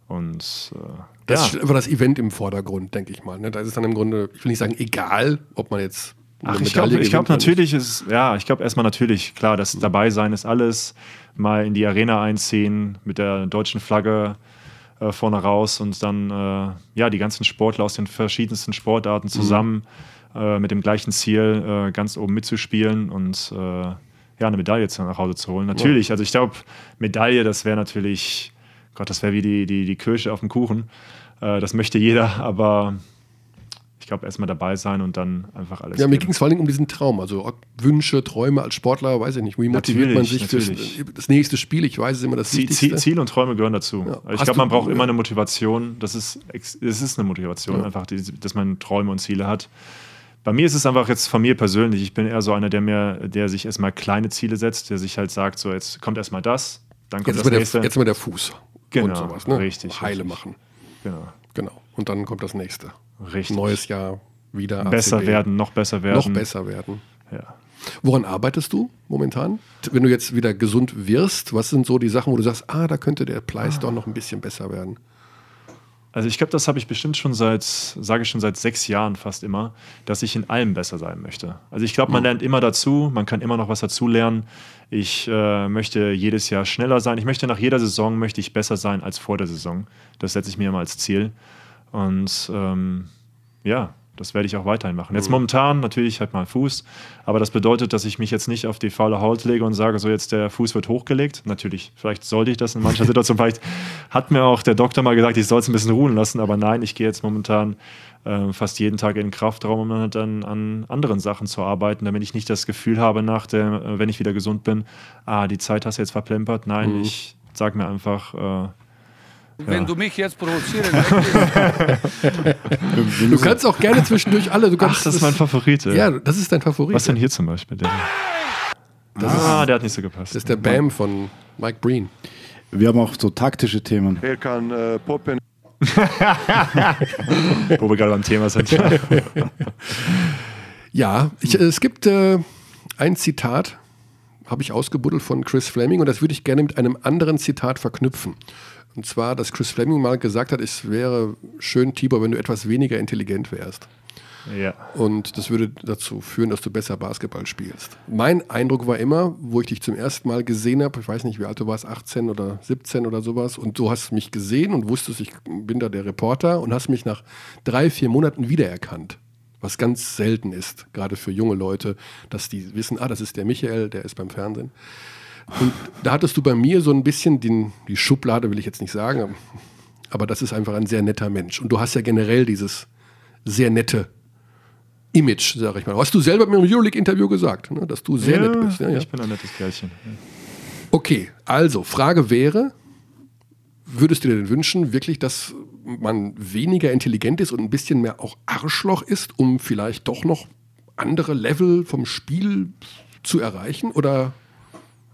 S2: Und äh,
S1: Das
S2: ja.
S1: ist aber das Event im Vordergrund, denke ich mal. Ne? Da ist es dann im Grunde, ich will nicht sagen, egal, ob man jetzt eine
S2: Ach, ich glaube, ich
S1: gewinnt
S2: glaub,
S1: oder nicht.
S2: natürlich ist, ja, ich glaube erstmal natürlich, klar,
S1: Mhm.
S2: das dabei sein ist alles. Mal in die Arena einziehen mit der deutschen Flagge äh, vorne raus und dann, äh, ja, die ganzen Sportler aus den verschiedensten
S1: Mhm.
S2: Sportarten zusammen äh, mit dem gleichen Ziel äh, ganz oben mitzuspielen und äh, ja, eine Medaille zu, nach Hause zu holen. Natürlich, also ich glaube, Medaille, das wäre natürlich, Gott, das wäre wie die, die, die Kirsche auf dem Kuchen. Äh, das möchte jeder, aber. Ich glaube, erstmal dabei sein und dann einfach alles.
S1: Ja, mir
S2: geben.
S1: ging es vor allem um diesen Traum, also ob Wünsche, Träume als Sportler, weiß ich nicht. Wie motiviert man sich
S2: Natürlich,
S1: fürs
S2: natürlich.
S1: das nächste Spiel? Ich weiß es ist immer das
S2: Ziel, Ziel,
S1: Wichtigste.
S2: Ziel und Träume gehören dazu. Also
S1: Hast
S2: Ich glaube,
S1: du-
S2: man braucht immer eine Motivation. Das ist, ex- es ist eine Motivation,
S1: Ja.
S2: einfach, die, dass man Träume und Ziele hat. Bei mir ist es einfach jetzt von mir persönlich. Ich bin eher so einer, der mir, der sich erstmal kleine Ziele setzt, der sich halt sagt, so jetzt kommt erstmal das, dann kommt
S1: Jetzt ist
S2: das
S1: mal der,
S2: nächste.
S1: jetzt mal der Fuß und
S2: Genau,
S1: sowas, ne?
S2: richtig,
S1: Heile
S2: richtig.
S1: machen,
S2: genau.
S1: genau. Und dann kommt das nächste.
S2: Richtig.
S1: Neues Jahr wieder.
S2: Besser
S1: ACB.
S2: werden, noch besser werden.
S1: Noch besser werden.
S2: Ja.
S1: Woran arbeitest du momentan? T- Wenn du jetzt wieder gesund wirst, was sind so die Sachen, wo du sagst, ah, da könnte der Pleis doch noch ein bisschen besser werden?
S2: Also ich glaube, das habe ich bestimmt schon seit, sage ich schon seit sechs Jahren fast immer, dass ich in allem besser sein möchte. Also ich glaube, man lernt immer dazu, man kann immer noch was dazu lernen. Ich äh, möchte jedes Jahr schneller sein. Ich möchte nach jeder Saison möchte ich besser sein als vor der Saison. Das setze ich mir immer als Ziel. Und ähm, ja, das werde ich auch weiterhin machen. Jetzt momentan natürlich halt mein Fuß, aber das bedeutet, dass ich mich jetzt nicht auf die faule Haut lege und sage, so jetzt der Fuß wird hochgelegt. Natürlich, vielleicht sollte ich das in mancher Situation. Vielleicht hat mir auch der Doktor mal gesagt, ich soll es ein bisschen ruhen lassen, aber nein, ich gehe jetzt momentan äh, fast jeden Tag in den Kraftraum, um dann an, an anderen Sachen zu arbeiten, damit ich nicht das Gefühl habe, nach der, äh, wenn ich wieder gesund bin, ah, die Zeit hast du jetzt verplempert. Nein, ich sag mir einfach, äh,
S3: Wenn du mich jetzt provozieren möchtest,
S1: Du kannst auch gerne zwischendurch alle. Du kannst
S2: ach, das ist mein Favorit. ey.
S1: Ja, das ist dein Favorit.
S2: Was denn hier zum Beispiel? Der? ah, der hat nicht so gepasst.
S1: Das ist der Bam von Mike Breen.
S4: Wir haben auch so taktische Themen.
S6: Erkan äh, Poppen
S2: Wo wir gerade beim Thema sind.
S1: Ja, ich, äh, es gibt äh, ein Zitat, habe ich ausgebuddelt von Chris Fleming und das würde ich gerne mit einem anderen Zitat verknüpfen. Und zwar, dass Chris Fleming mal gesagt hat, es wäre schön, Tibor, wenn du etwas weniger intelligent wärst.
S2: ja.
S1: Und das würde dazu führen, dass du besser Basketball spielst. Mein Eindruck war immer, wo ich dich zum ersten Mal gesehen habe, ich weiß nicht, wie alt du warst, 18 oder 17 oder sowas, und du hast mich gesehen und wusstest, ich bin da der Reporter und hast mich nach drei, vier Monaten wiedererkannt. Was ganz selten ist, gerade für junge Leute, dass die wissen, ah, das ist der Michael, der ist beim Fernsehen. Und da hattest du bei mir so ein bisschen den, die Schublade, will ich jetzt nicht sagen, aber das ist einfach ein sehr netter Mensch. Und du hast ja generell dieses sehr nette Image, sag ich mal. Hast du selber mit dem Euroleague-Interview gesagt, ne, dass du sehr nett bist. Ja, ja.
S2: Ich bin ein nettes Kerlchen.
S1: Okay, also Frage wäre, würdest du dir denn wünschen, wirklich, dass man weniger intelligent ist und ein bisschen mehr auch Arschloch ist, um vielleicht doch noch andere Level vom Spiel zu erreichen? Oder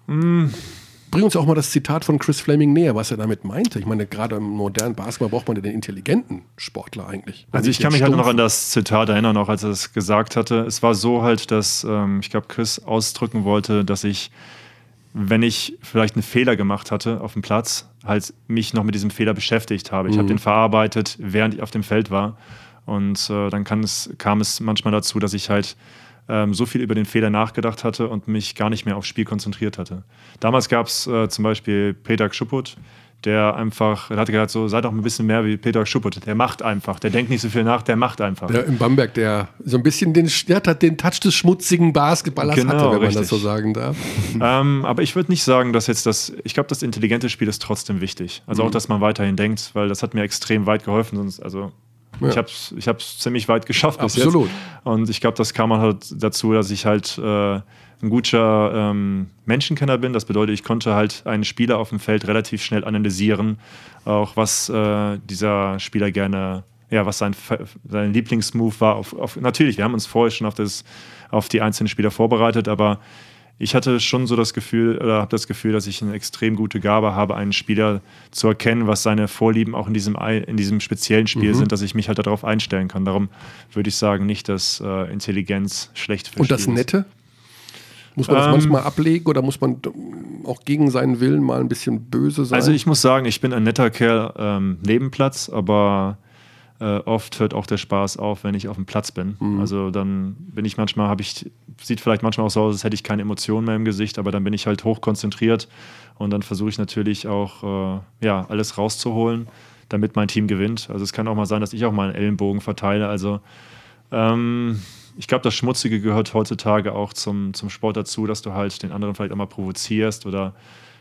S1: bring uns auch mal das Zitat von Chris Fleming näher, was er damit meinte. Ich meine, gerade im modernen Basketball braucht man ja den intelligenten Sportler eigentlich. Und
S2: Also ich
S1: nicht
S2: kann
S1: den
S2: mich halt noch
S1: stumpfen.
S2: an das Zitat erinnern, auch als er es gesagt hatte. Es war so halt, dass ähm, ich glaube, Chris ausdrücken wollte, dass ich, wenn ich vielleicht einen Fehler gemacht hatte auf dem Platz, halt mich noch mit diesem Fehler beschäftigt habe. Ich habe den verarbeitet, während ich auf dem Feld war. Und äh, dann kann es, kam es manchmal dazu, dass ich halt ähm, so viel über den Fehler nachgedacht hatte und mich gar nicht mehr aufs Spiel konzentriert hatte. Damals gab es äh, zum Beispiel Peter Schupput, der einfach, der hatte gesagt, so, sei doch ein bisschen mehr wie Peter Schupput. Der macht einfach, der denkt nicht so viel nach, der macht einfach.
S1: Der in Bamberg, der so ein bisschen den, der hat den Touch des schmutzigen Basketballers
S2: Genau,
S1: hatte, wenn man das
S2: richtig.
S1: so sagen darf.
S2: Ähm, aber ich würde nicht sagen, dass jetzt das, ich glaube, das intelligente Spiel ist trotzdem wichtig. Also auch, dass man weiterhin denkt, weil das hat mir extrem weit geholfen. Sonst, also ich habe es ich hab's ziemlich weit geschafft bis
S1: Absolut.
S2: jetzt. Und ich glaube, das kam halt dazu, dass ich halt äh, ein guter ähm, Menschenkenner bin. Das bedeutet, ich konnte halt einen Spieler auf dem Feld relativ schnell analysieren, auch was äh, dieser Spieler gerne, ja, was sein, Fe- sein Lieblingsmove war. Auf, auf, natürlich, wir haben uns vorher schon auf, das, auf die einzelnen Spieler vorbereitet, aber ich hatte schon so das Gefühl oder habe das Gefühl, dass ich eine extrem gute Gabe habe, einen Spieler zu erkennen, was seine Vorlieben auch in diesem, ei- in diesem speziellen
S1: Mhm.
S2: Spiel sind, dass ich mich halt darauf einstellen kann. Darum würde ich sagen, nicht, dass äh, Intelligenz schlecht für
S1: Und das
S2: Spiel ist.
S1: Nette? Muss man das
S2: Ähm,
S1: manchmal ablegen oder muss man auch gegen seinen Willen mal ein bisschen böse sein?
S2: Also ich muss sagen, ich bin ein netter Kerl ähm, neben Platz, aber äh, oft hört auch der Spaß auf, wenn ich auf dem Platz bin. Also dann bin ich manchmal, habe ich, sieht vielleicht manchmal auch so aus, als hätte ich keine Emotionen mehr im Gesicht, aber dann bin ich halt hochkonzentriert und dann versuche ich natürlich auch, äh, ja, alles rauszuholen, damit mein Team gewinnt. Also es kann auch mal sein, dass ich auch mal einen Ellenbogen verteile. Also ähm, ich glaube, das Schmutzige gehört heutzutage auch zum, zum Sport dazu, dass du halt den anderen vielleicht auch mal provozierst oder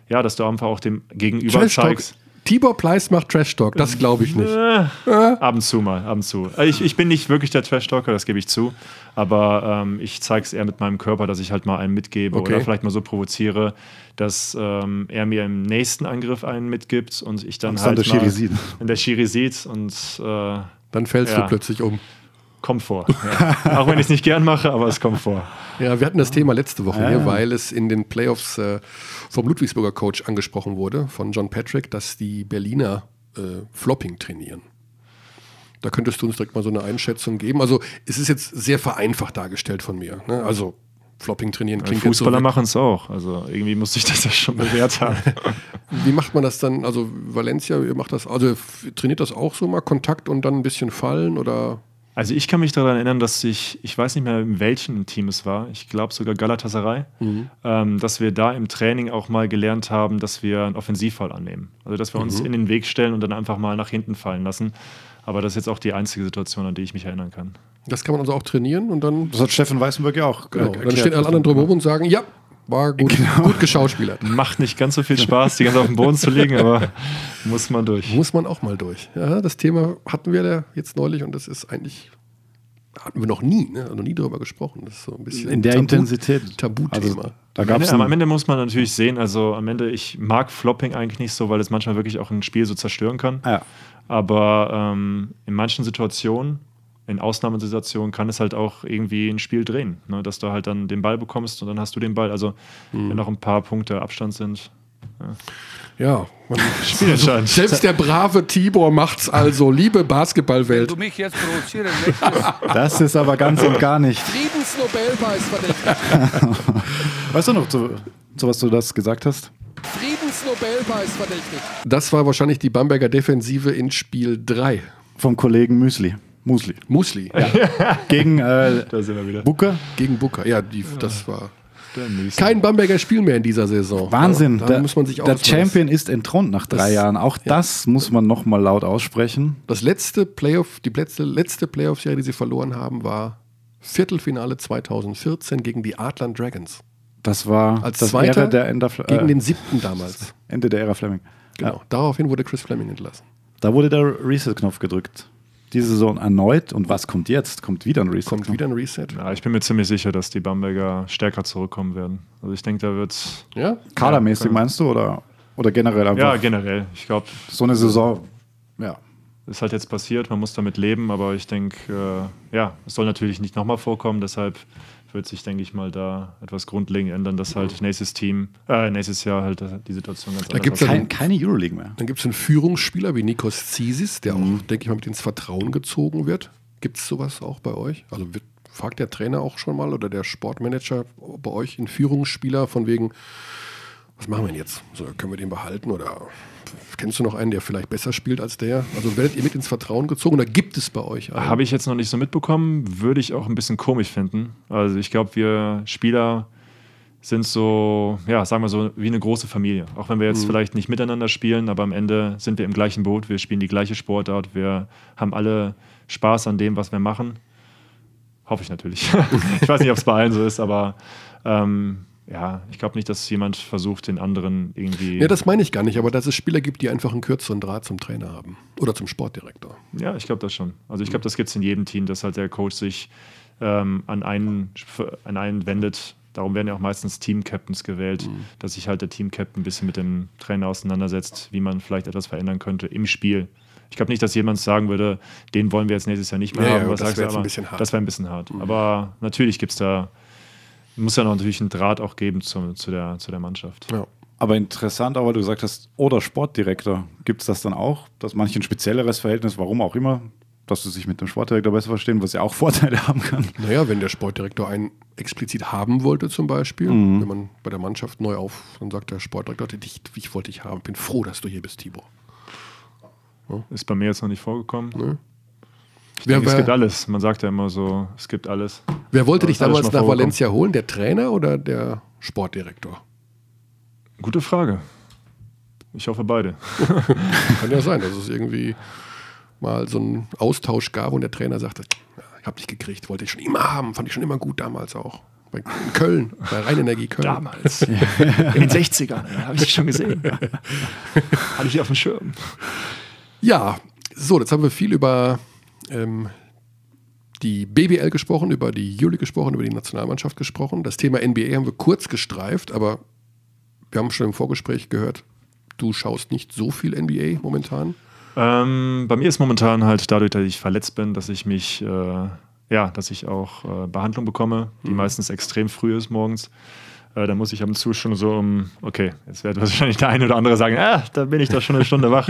S2: ja, dass du einfach auch dem Gegenüber
S1: Trash Talk.
S2: zeigst. Äh,
S1: Tibor Pleiss macht Trash Talk, das glaube ich nicht.
S2: Ab und zu mal, ab und zu. Äh, Ich, ich bin nicht wirklich der Trash-Talker, das gebe ich zu. Aber ähm, ich zeige es eher mit meinem Körper, dass ich halt mal einen mitgebe
S1: Okay.
S2: oder vielleicht mal so provoziere, dass ähm, er mir im nächsten Angriff einen mitgibt und ich dann
S4: Und es
S2: halt
S4: dann der
S2: mal
S4: Schiri sieht.
S2: in der Schiri sieht und äh,
S1: Dann fällst
S2: Ja.
S1: du plötzlich um.
S2: kommt vor. Ja. auch wenn ich es nicht gern mache, aber es kommt vor.
S1: Ja, wir hatten das Thema letzte Woche
S2: Ah.
S1: hier, weil es in den Playoffs äh, vom Ludwigsburger Coach angesprochen wurde, von John Patrick, dass die Berliner äh, Flopping trainieren. Da könntest du uns direkt mal so eine Einschätzung geben. Also, es ist jetzt sehr vereinfacht dargestellt von mir. Ne? Also, Flopping trainieren klingt jetzt
S2: Äh, Fußballer
S1: so.
S2: machen es auch. Also irgendwie muss ich das ja schon bewährt haben.
S1: Wie macht man das dann? Also, Valencia, ihr macht das, also f- trainiert das auch so mal Kontakt und dann ein bisschen fallen oder
S2: Also ich kann mich daran erinnern, dass ich, ich weiß nicht mehr, in welchem Team es war, ich glaube sogar Galatasaray,
S1: Mhm.
S2: ähm, dass wir da im Training auch mal gelernt haben, dass wir einen Offensivfall annehmen. Also dass wir
S1: Mhm.
S2: uns in den Weg stellen und dann einfach mal nach hinten fallen lassen. Aber das ist jetzt auch die einzige Situation, an die ich mich erinnern kann.
S1: das kann man also auch trainieren und dann,
S4: Das hat Steffen Weißenberg ja
S1: genau,
S4: auch äh,
S1: dann
S4: Genau, erklärt. Genau.
S1: stehen alle anderen drumherum und sagen: Ja, war gut, gut geschauspielert.
S2: Macht nicht ganz so viel Spaß, die ganze auf dem Boden zu liegen, aber muss man durch.
S1: Muss man auch mal durch. Ja, das Thema hatten wir ja jetzt neulich und das ist eigentlich, hatten wir noch nie, ne? noch nie darüber gesprochen. Das ist so ein bisschen
S4: In der Intensität.
S1: Tabuthema.
S4: Also, da
S2: Am
S4: gab es
S2: Ende, aber am Ende muss man natürlich sehen, also am Ende, ich mag Flopping eigentlich nicht so, weil es manchmal wirklich auch ein Spiel so zerstören kann.
S4: Ja.
S2: Aber ähm, in manchen Situationen, in Ausnahmesituationen, kann es halt auch irgendwie ein Spiel drehen. Ne? Dass du halt dann den Ball bekommst und dann hast du den Ball. Also,
S1: Mhm.
S2: wenn noch ein paar Punkte Abstand sind.
S1: Ja, man,
S2: Spielentscheidend.
S1: selbst der brave Tibor macht's also, liebe Basketballwelt.
S3: Du mich jetzt provozieren möchtest,
S4: Das ist aber ganz und gar nicht.
S6: Friedensnobelpreis verdächtig.
S4: Weißt du noch, zu, zu was du das gesagt hast?
S6: Friedensnobelpreis verdächtig.
S1: Das war wahrscheinlich die Bamberger Defensive in Spiel 3.
S4: Vom Kollegen Müsli. Musli.
S1: Musli
S4: Gegen äh,
S2: Da sind wir wieder.
S4: Bucker.
S1: gegen Booker. Ja, die, das war kein Bamberger Spiel mehr in dieser Saison.
S4: Wahnsinn.
S1: Ja, da
S4: der,
S1: muss man sich
S4: der
S1: ausweisen.
S4: Champion ist entthront nach drei
S1: Das-
S4: Jahren. Auch das muss man nochmal laut aussprechen.
S1: Das letzte Playoff, die letzte, letzte Playoff-Serie, die sie verloren haben, war Viertelfinale 2014 gegen die Adland Dragons.
S4: Das war
S1: Als
S4: das
S1: Zweiter
S4: Ära der Ende, Fle-
S1: gegen
S4: äh,
S1: den siebten damals.
S4: Ende der Ära Fleming.
S1: Genau. Daraufhin wurde Chris Fleming entlassen.
S4: Da wurde der Reset-Knopf gedrückt. Diese Saison erneut. Und was kommt jetzt? Kommt wieder ein Reset.
S1: Kommt wieder ein Reset.
S2: Ja, ich bin mir ziemlich sicher, dass die Bamberger stärker zurückkommen werden. Also, ich denke, da wird.
S1: Ja?
S4: Kadermäßig meinst du? Oder, oder generell
S2: Ja,
S4: einfach
S2: generell. Ich glaube,
S4: so eine Saison? Ja.
S2: ist halt jetzt passiert, man muss damit leben, aber ich denke, äh, ja, es soll natürlich nicht nochmal vorkommen, deshalb wird sich, denke ich mal, da etwas grundlegend ändern, dass halt nächstes Team, äh, nächstes Jahr halt äh, die Situation ganz anders
S1: Mhm. gibt's ja
S2: aussieht.
S4: Kein, keine Euroleague mehr.
S1: Dann gibt es einen Führungsspieler wie Nikos Zisis, der auch, denke ich mal, mit ins Vertrauen gezogen wird. Gibt es sowas auch bei euch? Also wird, fragt der Trainer auch schon mal oder der Sportmanager bei euch einen Führungsspieler von wegen, was machen wir denn jetzt? So, können wir den behalten oder kennst du noch einen, der vielleicht besser spielt als der? Also werdet ihr mit ins Vertrauen gezogen oder gibt es bei euch einen?
S2: Habe ich jetzt noch nicht so mitbekommen, würde ich auch ein bisschen komisch finden. Also ich glaube, wir Spieler sind so, ja, sagen wir so, wie eine große Familie. Auch wenn wir
S1: Mhm.
S2: jetzt vielleicht nicht miteinander spielen, aber am Ende sind wir im gleichen Boot, wir spielen die gleiche Sportart, wir haben alle Spaß an dem, was wir machen. Hoffe ich natürlich. ich weiß nicht, ob es bei allen so ist, aber ähm, ja, ich glaube nicht, dass jemand versucht, den anderen irgendwie.
S1: Ja, das meine ich gar nicht, aber dass es Spieler gibt, die einfach einen kürzeren Draht zum Trainer haben oder zum Sportdirektor.
S2: Ja, ich glaube das schon. Also ich glaube, das gibt es in jedem Team, dass halt der Coach sich ähm, an, einen, an einen wendet. Darum werden ja auch meistens Team-Captains gewählt,
S1: Mhm.
S2: dass sich halt der Team-Captain ein bisschen mit dem Trainer auseinandersetzt, wie man vielleicht etwas verändern könnte im Spiel. Ich glaube nicht, dass jemand sagen würde, den wollen wir jetzt nächstes Jahr nicht mehr
S1: Ja, ja,
S2: haben.
S1: das
S2: sagst
S1: wär
S2: du
S1: jetzt
S2: aber?
S1: ein bisschen hart.
S2: Das wäre ein bisschen hart. Aber natürlich gibt es da muss ja noch natürlich einen Draht auch geben zu, zu, der, zu der Mannschaft.
S1: Ja.
S4: Aber interessant, auch weil du gesagt hast, oder Sportdirektor, gibt es das dann auch, dass manche ein spezielleres Verhältnis, warum auch immer, dass du sich mit dem Sportdirektor besser verstehen, was ja auch Vorteile haben kann.
S1: Naja, wenn der Sportdirektor einen explizit haben wollte, zum Beispiel,
S2: Mhm.
S1: wenn man bei der Mannschaft neu auf, dann sagt der Sportdirektor, ich, ich wollte dich haben, bin froh, dass du hier bist, Tibor.
S2: Ist bei mir jetzt noch nicht vorgekommen.
S1: Wer,
S2: es gibt
S1: wer,
S2: alles. Man sagt ja immer so, es gibt alles.
S1: wer wollte dich
S2: Das hat er schon
S1: damals
S2: mal
S1: nach
S2: vorgekommen.
S1: Valencia holen, der Trainer oder der Sportdirektor?
S2: Gute Frage. Ich hoffe beide.
S1: Kann ja sein, dass es irgendwie mal so einen Austausch gab und der Trainer sagte, "Ja, ich hab dich gekriegt, wollte ich schon immer haben, fand ich schon immer gut damals auch. Bei in Köln, bei Rheinenergie Köln.
S2: Damals. In den 60ern. Habe ich schon gesehen. Hatte ich die auf dem Schirm.
S1: Ja, so, jetzt haben wir viel über ähm, die BBL gesprochen, über die Juli gesprochen, über die Nationalmannschaft gesprochen. Das Thema NBA haben wir kurz gestreift, aber wir haben schon im Vorgespräch gehört, du schaust nicht so viel NBA momentan.
S2: Ähm, bei mir ist momentan halt dadurch, dass ich verletzt bin, dass ich mich, äh, ja, dass ich auch äh, Behandlung bekomme,
S4: Mhm.
S2: die meistens extrem früh ist morgens. Äh, da muss ich ab und zu schon so um, okay, jetzt wird wahrscheinlich der eine oder andere sagen, ah, da bin ich doch schon eine Stunde wach.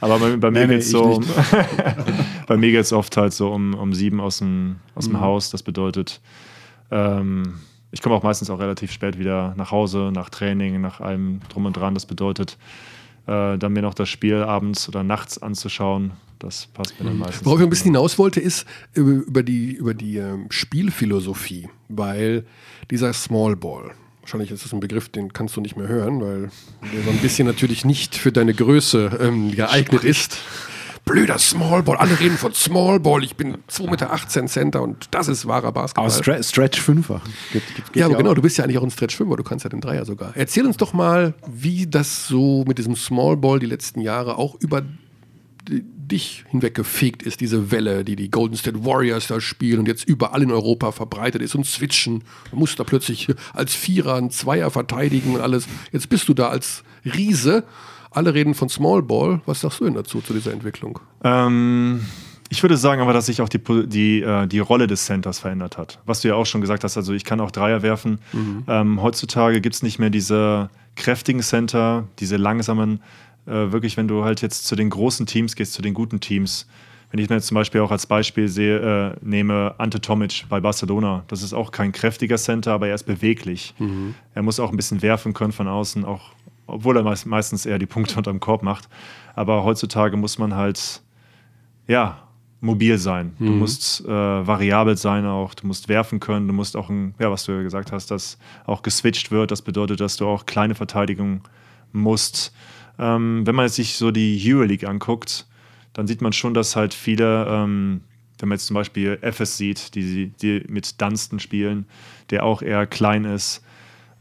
S2: Aber bei, bei mir
S4: Nee, nee,
S2: geht's
S4: ich
S2: so, um,
S4: nicht.
S2: bei mir geht's oft halt so um, um sieben aus dem, aus
S4: Mhm.
S2: dem Haus. Das bedeutet, ähm, ich komme auch meistens auch relativ spät wieder nach Hause, nach Training, nach allem drum und dran. Das bedeutet, äh, dann mir noch das Spiel abends oder nachts anzuschauen, das passt mir dann meistens.
S1: Worauf ich Mhm. ein bisschen hinaus wollte, ist äh, über die, über die ähm, Spielphilosophie, weil dieser Small Ball, wahrscheinlich ist es ein Begriff, den kannst du nicht mehr hören, weil der so ein bisschen natürlich nicht für deine Größe ähm, geeignet ist. Blöder Small Ball, alle reden von Small Ball, ich bin 2,18 Meter Center und das ist wahrer Basketball.
S4: Aber Stre Stretch Fünfer. Gibt, gibt, geht
S1: ja, aber
S4: auch.
S1: genau, du bist ja eigentlich auch ein Stretch-Schwimmer, du kannst ja den Dreier sogar. Erzähl uns doch mal, wie das so mit diesem Small Ball die letzten Jahre auch über d- dich hinweggefegt ist, diese Welle, die die Golden State Warriors da spielen und jetzt überall in Europa verbreitet ist und switchen. Man muss da plötzlich als Vierer einen Zweier verteidigen und alles. Jetzt bist du da als Riese. Alle reden von Small Ball. Was sagst du denn dazu, zu dieser Entwicklung?
S2: Ähm, ich würde sagen aber, dass sich auch die, Po- die, äh, die Rolle des Centers verändert hat. Was du ja auch schon gesagt hast, also ich kann auch Dreier werfen. Ähm, heutzutage gibt es nicht mehr diese kräftigen Center, diese langsamen. Äh, wirklich, wenn du halt jetzt zu den großen Teams gehst, zu den guten Teams. Wenn ich mir jetzt zum Beispiel auch als Beispiel sehe, äh, nehme Ante Tomic bei Barcelona. Das ist auch kein kräftiger Center, aber er ist beweglich. Er muss auch ein bisschen werfen können von außen, auch obwohl er meist, meistens eher die Punkte unterm Korb macht. Aber heutzutage muss man halt ja, mobil sein. Du musst äh, variabel sein auch, du musst werfen können, du musst auch, ein, ja, was du ja gesagt hast, dass auch geswitcht wird. Das bedeutet, dass du auch kleine Verteidigung musst. Ähm, wenn man jetzt sich so die Euroleague anguckt, dann sieht man schon, dass halt viele, ähm, wenn man jetzt zum Beispiel FS sieht, die, die mit Dunstan spielen, der auch eher klein ist,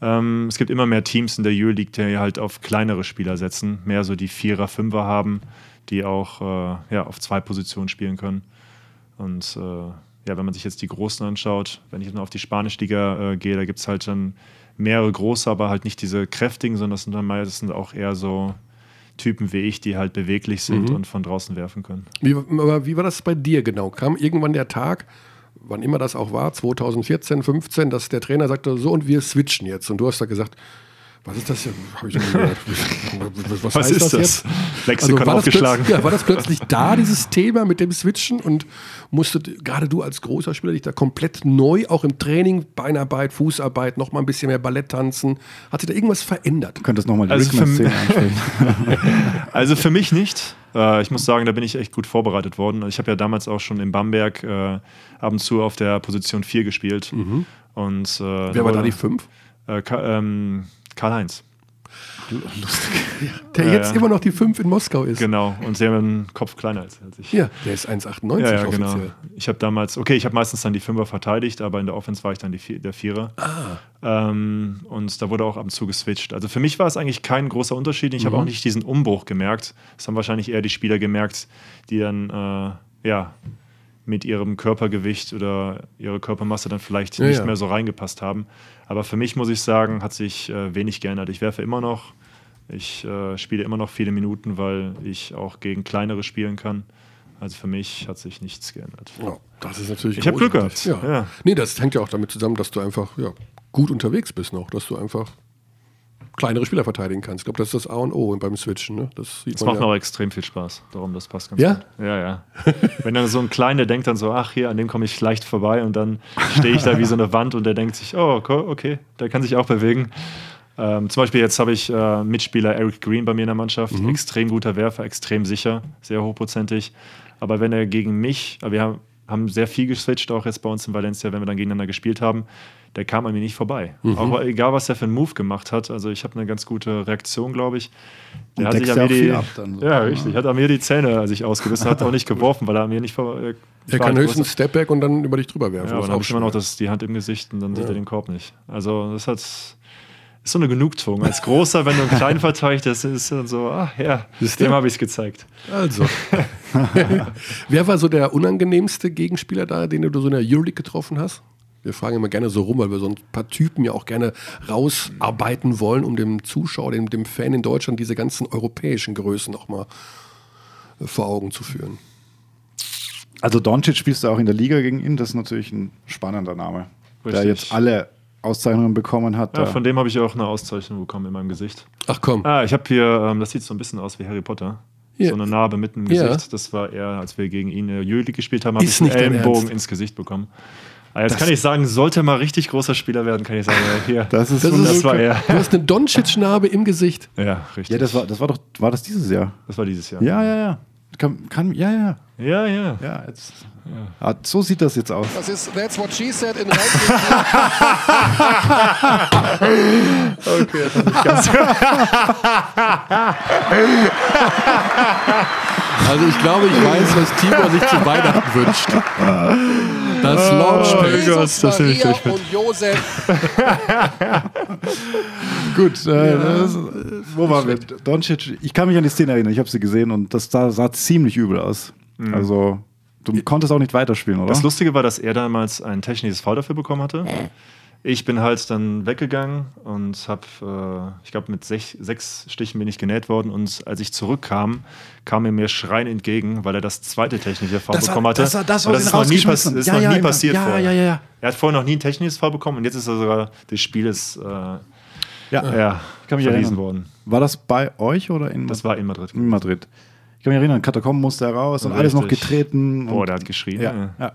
S2: ähm, es gibt immer mehr Teams in der Euroleague, die halt auf kleinere Spieler setzen, mehr so die Vierer, Fünfer haben, die auch äh, ja, auf zwei Positionen spielen können. Und äh, ja, wenn man sich jetzt die Großen anschaut, wenn ich dann auf die Spanischliga äh, gehe, da gibt es halt dann mehrere große, aber halt nicht diese kräftigen, sondern das sind dann meistens auch eher so Typen wie ich, die halt beweglich sind und von draußen werfen können.
S1: Wie, aber wie war das bei dir genau? Kam irgendwann der Tag, wann immer das auch war, 2014, 15, dass der Trainer sagte, so und wir switchen jetzt. Und du hast da gesagt, was ist das hier? Hab ich noch nie gehört. was,
S2: Was ist das? Lexikon aufgeschlagen.
S1: plötzlich- ja, Also war das plötzlich da, dieses Thema mit dem Switchen? Und musstet gerade du als großer Spieler dich da komplett neu, auch im Training, Beinarbeit, Fußarbeit, noch mal ein bisschen mehr Ballett tanzen? Hat sich da irgendwas verändert?
S4: Du könntest nochmal die
S2: Also für
S4: Rhythmen-Szene
S2: m-
S4: einstellen.
S2: Also für mich nicht. Äh, ich muss sagen, da bin ich echt gut vorbereitet worden. Ich habe ja damals auch schon in Bamberg äh, ab und zu auf der Position 4 gespielt. Und, äh,
S1: Mhm. Wer war da die 5?
S2: Äh, Ka ähm, Karl-Heinz.
S1: Der
S2: Ja,
S1: jetzt
S2: ja.
S1: immer noch die 5 in Moskau ist.
S2: Genau. Und sie haben einen Kopf kleiner als, als ich.
S1: Ja, der ist 1,98
S2: Ja, ja,
S1: offiziell.
S2: genau. Ich habe damals, okay, ich habe meistens dann die Fünfer verteidigt, aber in der Offense war ich dann die Vier, der Vierer.
S1: Ah.
S2: Ähm, und da wurde auch ab und zu geswitcht. Also für mich war es eigentlich kein großer Unterschied. Ich
S1: Mhm.
S2: habe auch nicht diesen Umbruch gemerkt. Das haben wahrscheinlich eher die Spieler gemerkt, die dann, äh, ja, mit ihrem Körpergewicht oder ihrer Körpermasse dann vielleicht
S1: Ja,
S2: nicht
S1: ja.
S2: mehr so reingepasst haben. Aber für mich muss ich sagen, hat sich äh, wenig geändert. Ich werfe immer noch. Ich äh, spiele immer noch viele Minuten, weil ich auch gegen kleinere spielen kann. Also für mich hat sich nichts geändert.
S1: Ja, das ist natürlich.
S2: Ich hab Glück
S1: großartig.
S2: gehabt.
S1: Ja.
S2: Ja.
S1: Nee, das hängt ja auch damit zusammen, dass du einfach ja, gut unterwegs bist noch, dass du einfach kleinere Spieler verteidigen kannst. Ich glaube, das ist das A und O beim Switchen. Ne? Das sieht
S2: Das
S1: man
S2: macht mir
S1: ja.
S2: aber extrem viel Spaß. Darum, das passt ganz
S1: Ja?
S2: gut. Ja, ja. Wenn dann so ein Kleiner denkt dann so, ach hier, an dem komme ich leicht vorbei und dann stehe ich da wie so eine Wand und der denkt sich, oh, okay, okay der kann sich auch bewegen. Ähm, zum Beispiel jetzt habe ich äh, Mitspieler Eric Green bei mir in der Mannschaft.
S4: Mhm.
S2: Extrem guter Werfer, extrem sicher, sehr hochprozentig. Aber wenn er gegen mich, aber wir haben, haben sehr viel geswitcht, auch jetzt bei uns in Valencia, wenn wir dann gegeneinander gespielt haben, der kam an mir nicht vorbei.
S4: Mhm.
S2: Auch egal, was er für einen Move gemacht hat. Also ich habe eine ganz gute Reaktion, glaube ich. Der
S4: Und deckst
S2: an
S4: ja
S2: mir
S4: auch
S2: die-
S4: viel ab dann so.
S2: Ja, richtig. Hat an mir die Zähne als ich ausgebissen, hat auch nicht geworfen, weil er an mir nicht vor. äh,
S1: Er kann
S2: war-
S1: höchstens Stepback und dann über dich drüber werfen.
S2: Ja, aber
S1: Das
S2: dann
S1: ist
S2: hat man
S1: schwer.
S2: auch das, die Hand im Gesicht und dann sieht er den Korb nicht. Also, das hat. Ist so eine Genugtuung. Als Großer, wenn du einen kleinen verteidigt, das ist dann so, ah ja,
S1: Siehst du?
S2: dem habe ich es gezeigt.
S1: Also. Wer war so der unangenehmste Gegenspieler da, den du so in der Euroleague getroffen hast? Wir fragen immer gerne so rum, weil wir so ein paar Typen ja auch gerne rausarbeiten wollen, um dem Zuschauer, dem, dem Fan in Deutschland diese ganzen europäischen Größen auch mal äh, vor Augen zu führen.
S4: Also Doncic spielst du auch in der Liga gegen ihn, das ist natürlich ein spannender Name. Der
S2: Richtig.
S4: jetzt alle Auszeichnungen bekommen hat. äh,
S2: Ja,
S4: da.
S2: von dem habe ich auch eine Auszeichnung bekommen in meinem Gesicht.
S1: Ach komm,
S2: Ah, ich habe hier, ähm, das sieht so ein bisschen aus wie Harry Potter.
S1: Ja.
S2: So eine Narbe mitten im
S1: Ja.
S2: Gesicht. Das war eher, als wir gegen ihn in der Euroleague gespielt haben, habe
S1: Ist
S2: ich einen
S1: nicht dein
S2: Ellenbogen
S1: Ernst.
S2: ins Gesicht bekommen. Ah, jetzt kann ich sagen, sollte er mal richtig großer Spieler werden, kann ich sagen, ja, hier.
S4: das ist,
S1: das ist-
S2: das war er.
S1: du hast eine Doncic-Narbe im Gesicht.
S2: Ja, richtig.
S4: ja, das war, das war doch, war das dieses Jahr?
S2: Das war dieses Jahr.
S4: Ja, ja, ja. Kann, kann, ja, ja,
S2: ja. ja.
S4: ja. Jetzt. Ah, so sieht das jetzt aus.
S6: Das ist That's What She Said in Leipzig.
S1: Also ich glaube, ich weiß, was Timo sich zu Weihnachten wünscht. Das Launchpad.
S4: Oh
S2: Gott,
S6: Äh, Jesus,
S2: das nehme ich
S6: Maria
S2: gleich mit.
S6: und Josef.
S4: Gut, äh, das, wo waren wir? Doncic, ich kann mich an die Szene erinnern, ich habe sie gesehen und das sah, sah ziemlich übel aus. Also, du konntest auch nicht weiterspielen, oder?
S2: Mhm. Das Lustige war, dass er damals ein technisches Foul dafür bekommen hatte. Ich bin halt dann weggegangen und habe, äh, ich glaube, mit sech, sechs Stichen bin ich genäht worden. Und als ich zurückkam, kam er mir schreien entgegen, weil er das zweite technische Foul
S4: Das war-
S2: bekommen hatte.
S4: das war das,
S2: Und
S4: was
S2: das
S4: ihn
S2: ist noch nie, pass
S4: rausgeschmissen
S2: ist
S4: hat.
S2: noch
S4: Ja,
S2: nie
S4: ja,
S2: passiert
S4: ja,
S2: vorher.
S4: ja, ja, ja.
S2: Er hat vorher noch nie ein technisches Foul bekommen und jetzt ist er sogar des Spieles äh, ja,
S4: kann mich
S2: verwiesen
S4: erinnern.
S2: worden.
S4: War das bei euch oder in
S2: Das war in Madrid.
S4: in Madrid? Ich kann mich erinnern, Katakomben musste heraus und alles noch
S2: Richtig.
S4: getreten.
S2: Boah,
S4: und,
S2: der hat geschrien. ne?
S4: ja, ja.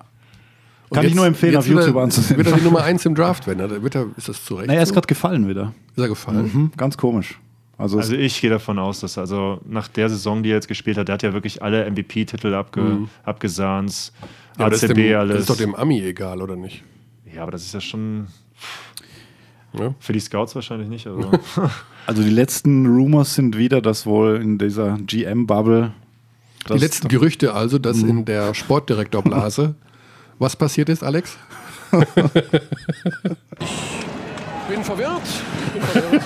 S1: Und
S4: Kann ich
S1: jetzt-
S4: nur empfehlen,
S1: jetzt
S4: auf
S1: wird er-
S4: YouTube anzusehen.
S1: Wird er die Nummer 1 im Draft werden? Hat er- Wird er, ist das zu Recht?
S4: Na, er ist
S1: so?
S4: gerade gefallen wieder.
S1: ist er gefallen?
S4: Hm, ganz komisch. Also,
S2: Also ich gehe davon aus, dass also nach der Saison, die er jetzt gespielt hat, der hat ja wirklich alle MVP-Titel abge abgesahnt,
S1: Mhm. Ja, aber das ist
S2: ACB,
S1: dem,
S2: alles.
S1: Das ist doch dem Ami egal, oder nicht?
S2: ja, aber das ist ja schon
S1: Ja.
S2: für die Scouts wahrscheinlich nicht. Also.
S4: also die letzten Rumors sind wieder, dass wohl in dieser GM-Bubble.
S1: Die letzten Gerüchte also, dass in der Sportdirektorblase was passiert ist, Alex?
S6: Bin verwirrt. Bin verwirrt.